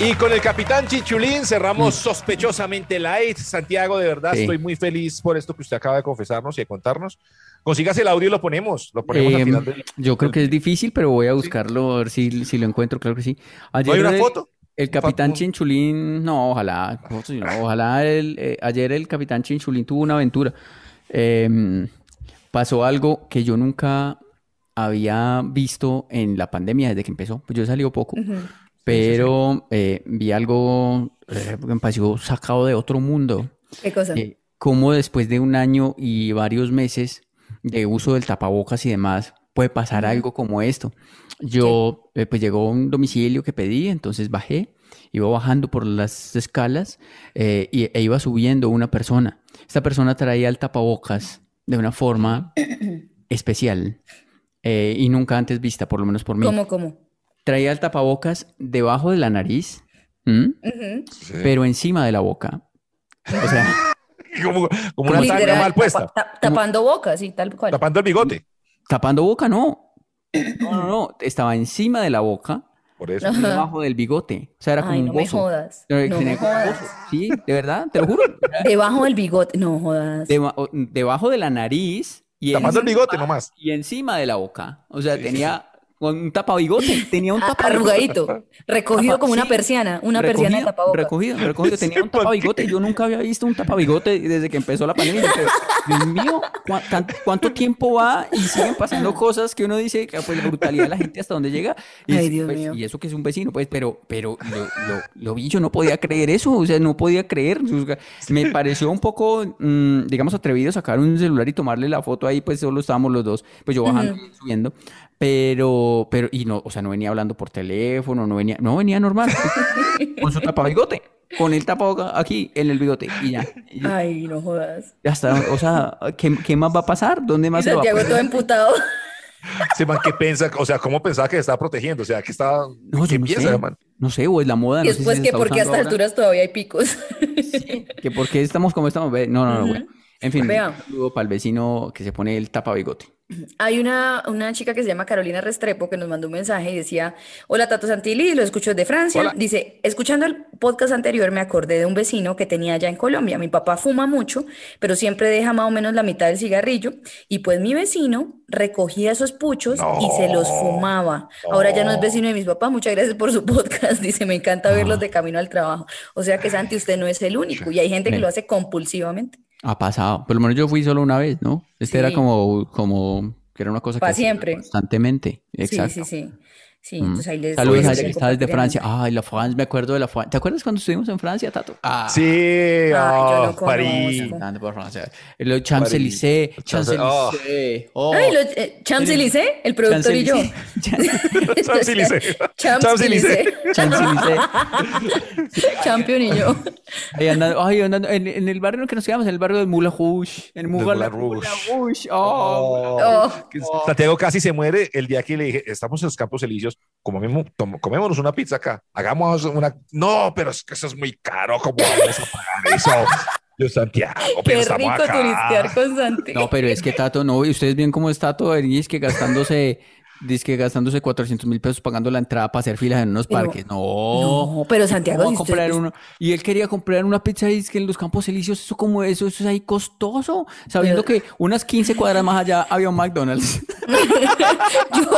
C: Y con el capitán Chichulín cerramos sospechosamente light. Santiago, de verdad,
E: Mm. Sí.
C: estoy muy feliz por esto que usted acaba de confesarnos y de contarnos. Consigas el audio y lo ponemos. Lo ponemos al
E: Em,
C: final del-
E: Yo creo que es difícil, pero voy a buscarlo, a ver si, si lo encuentro, claro que sí.
C: ¿No hay
E: Ayer
C: una
E: el-
C: foto?
E: El capitán
C: Un-
E: Chinchulín, no, ojalá, no, ojalá el, eh, ayer el capitán Chinchulín tuvo una aventura. Em, pasó algo que yo nunca había visto en la pandemia desde que empezó. Pues yo he salido poco, pero eh, vi algo eh, que me pareció sacado de otro mundo.
D: ¿Qué cosa?
E: Eh, cómo después de un año y varios meses de uso del tapabocas y demás, puede pasar algo como esto. Yo, eh, pues llegó un domicilio que pedí, entonces bajé, iba bajando por las escalas eh, y, e iba subiendo una persona. Esta persona traía el tapabocas de una forma especial eh, y nunca antes vista, por lo menos por mí.
D: ¿Cómo, cómo?
E: Traía el tapabocas debajo de la nariz, ¿m?
D: Ujú.
E: pero encima de la boca. O sea...
C: Como, como una tanga
D: Literal,
C: mal puesta,
D: tapa- ta- tapando boca, sí, tal cual.
C: tapando el bigote.
E: Tapando boca, no. No, no, no. Estaba encima de la boca
C: Por eso.
E: y debajo del bigote. O sea, era como
D: Ay,
E: un
D: no me
E: bozo.
D: jodas.
E: Era-
D: No
E: tenía
D: me
E: como un
D: jodas.
E: bozo. Sí, de verdad, te lo juro.
D: Debajo del bigote. No jodas.
E: Deba- o- debajo de la nariz y,
C: Tapando el
E: encima-
C: bigote nomás.
E: y encima de la boca. O sea, tenía con un tapabigote. Tenía un
D: Ah,
E: tapabigote.
D: Arrugadito, recogido
E: Tapa-
D: como una
E: sí,
D: persiana, una persiana de
E: recogido,
D: tapabocas.
E: Recogido, recogido. Tenía un tapabigote. Yo nunca había visto un tapabigote desde que empezó la pandemia. Pero, Dios mío, ¿cuá- tan- ¿cuánto tiempo va y siguen pasando cosas que uno dice, ah, pues la brutalidad de la gente hasta dónde llega? Y,
D: Ay,
E: es-
D: Dios
E: pues,
D: mío.
E: y eso que es un vecino, pues, pero, pero lo, lo- lo vi, yo no podía creer eso. O sea, no podía creer. Yo- Me pareció un poco, mm, digamos, atrevido sacar un celular y tomarle la foto ahí, pues solo estábamos los dos, pues yo bajando y él subiendo. Pero, pero, y no, o sea, no venía hablando por teléfono, no venía, no venía normal. con su tapabigote, con el tapaboca aquí en el bigote y ya. Y yo,
D: Ay, no jodas.
E: ya está, o sea, ¿qué, qué más va a pasar? ¿Dónde
D: Y
E: más Ah, se va a
D: Santiago
E: poner?
D: todo emputado.
C: Ese man que piensa, o sea, ¿cómo pensaba que se estaba protegiendo? O sea, que estaba.
E: No,
C: ¿qué
E: yo no
C: piensa,
E: sé,
C: man?
E: no sé, o es la moda,
D: Y
E: Ah, no sé si
D: después
E: se
D: que
E: está
D: porque a
E: usando
D: estas
E: ahora.
D: alturas todavía hay picos.
E: que por qué estamos como estamos. Ve, No, no, no, bueno. En fin,
D: Vea.
E: un saludo para el vecino que se pone el tapabigote.
D: Hay una, una chica que se llama Carolina Restrepo que nos mandó un mensaje y decía, hola Tato Santilli, lo escucho desde Francia.
C: Hola.
D: Dice, escuchando el podcast anterior me acordé de un vecino que tenía allá en Colombia. Mi papá fuma mucho, pero siempre deja más o menos la mitad del cigarrillo. Y pues mi vecino recogía esos puchos y se los
C: No.
D: fumaba. Ahora ya no es
C: No.
D: vecino de mis papás. Muchas gracias por su podcast. Dice, me encanta verlos de camino al trabajo. O sea que Santi, usted no es el único. Y hay gente que
E: Ve.
D: lo hace compulsivamente.
E: Ha pasado. Por lo menos yo fui solo una vez, ¿no? Este era
D: Sí.
E: como, como que era una cosa
D: Pa'
E: que hacía
D: siempre.
E: constantemente. Exacto.
D: Sí, sí, sí. Sí,
E: Mm.
D: entonces ahí les
E: Saludos
D: les
C: sí,
E: a ella
D: estoy
E: que está desde
D: compartiendo.
E: Francia. Ay, la France, me acuerdo de la France. ¿Te acuerdas cuando estuvimos en Francia, Tato? Ah,
C: Sí,
D: yo no
C: ah, París.
D: conozco.
E: Tanto por Eh, Francia. Los Champs-Élysées,
C: Champs- oh.
E: Champs-Élysées. Oh,
D: Ay, lo, eh, Champs-Élysées, el productor y yo.
E: Champs-Élysées.
C: Champs-Élysées.
D: Champs-Élysées.
E: Champs-Élysées.
D: Champion y yo.
E: Ahí andando, ay, andando en, en el barrio en el que nos quedamos, en el barrio de Moulin Rouge. En Moulin
C: Moulin Rouge.
E: Rouge. Oh,
D: Oh.
C: Que Santiago casi se muere el día que le dije, estamos en los Campos Elíseos, comemos, tom- comémonos una pizza acá, hagamos una... No, pero es que eso es muy caro, ¿cómo vamos a pagar eso? Yo, Santiago, pero
D: Qué
C: estamos
D: rico
C: acá.
D: turistear con Santi.
E: No, pero es que Tato, no, y ustedes bien cómo está todo, y es que gastándose Dice que gastándose 400 mil pesos pagando la entrada para hacer filas en unos
D: Pero-
E: parques. No.
D: No, pero
E: ¿Cómo
D: Santiago,
E: va a
D: si usted-
E: comprar uno? Y él quería comprar una pizza y es que en los Campos Elíseos, eso como eso, eso es ahí costoso. Sabiendo que unas 15 cuadras más allá había un McDonald's.
D: yo,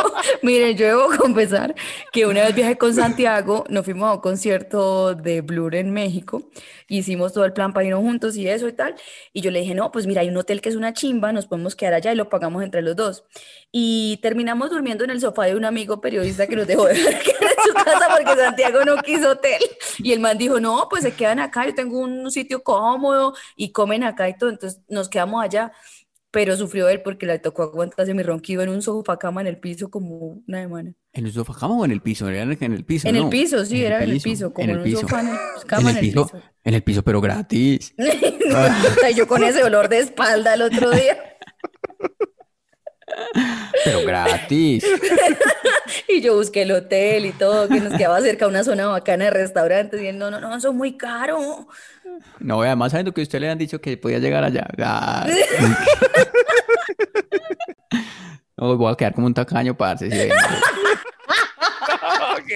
D: miren, yo debo confesar que una vez viajé con Santiago, nos fuimos a un concierto de Blur en México, hicimos todo el plan para irnos juntos y eso y tal, y yo le dije, no, pues mira, hay un hotel que es una chimba, nos podemos quedar allá y lo pagamos entre los dos. Y terminamos durmiendo en el sofá de un amigo periodista que nos dejó de ver que era en su casa porque Santiago no quiso hotel. Y el man dijo, no, pues se quedan acá, yo tengo un sitio cómodo y comen acá y todo, entonces nos quedamos allá pero sufrió él porque le tocó aguantarse mi ronquido en un sofá cama en el piso como una semana.
E: ¿En el sofá cama o en el piso? Era en el piso,
D: En el
E: ¿no?
D: piso, sí, era en el piso, como en un sofá en el- cama en el piso. Ah.
E: En el piso, pero gratis.
D: Y yo con ese dolor de espalda el otro día.
E: Pero gratis.
D: Y yo busqué el hotel y todo, que nos quedaba cerca una zona bacana de restaurantes. Y él, no, no, no, eso es muy caro.
E: No, y además sabiendo que usted le han dicho que podía llegar allá. Ay. No, voy a quedar como un tacaño, parce. sí.
C: Ok.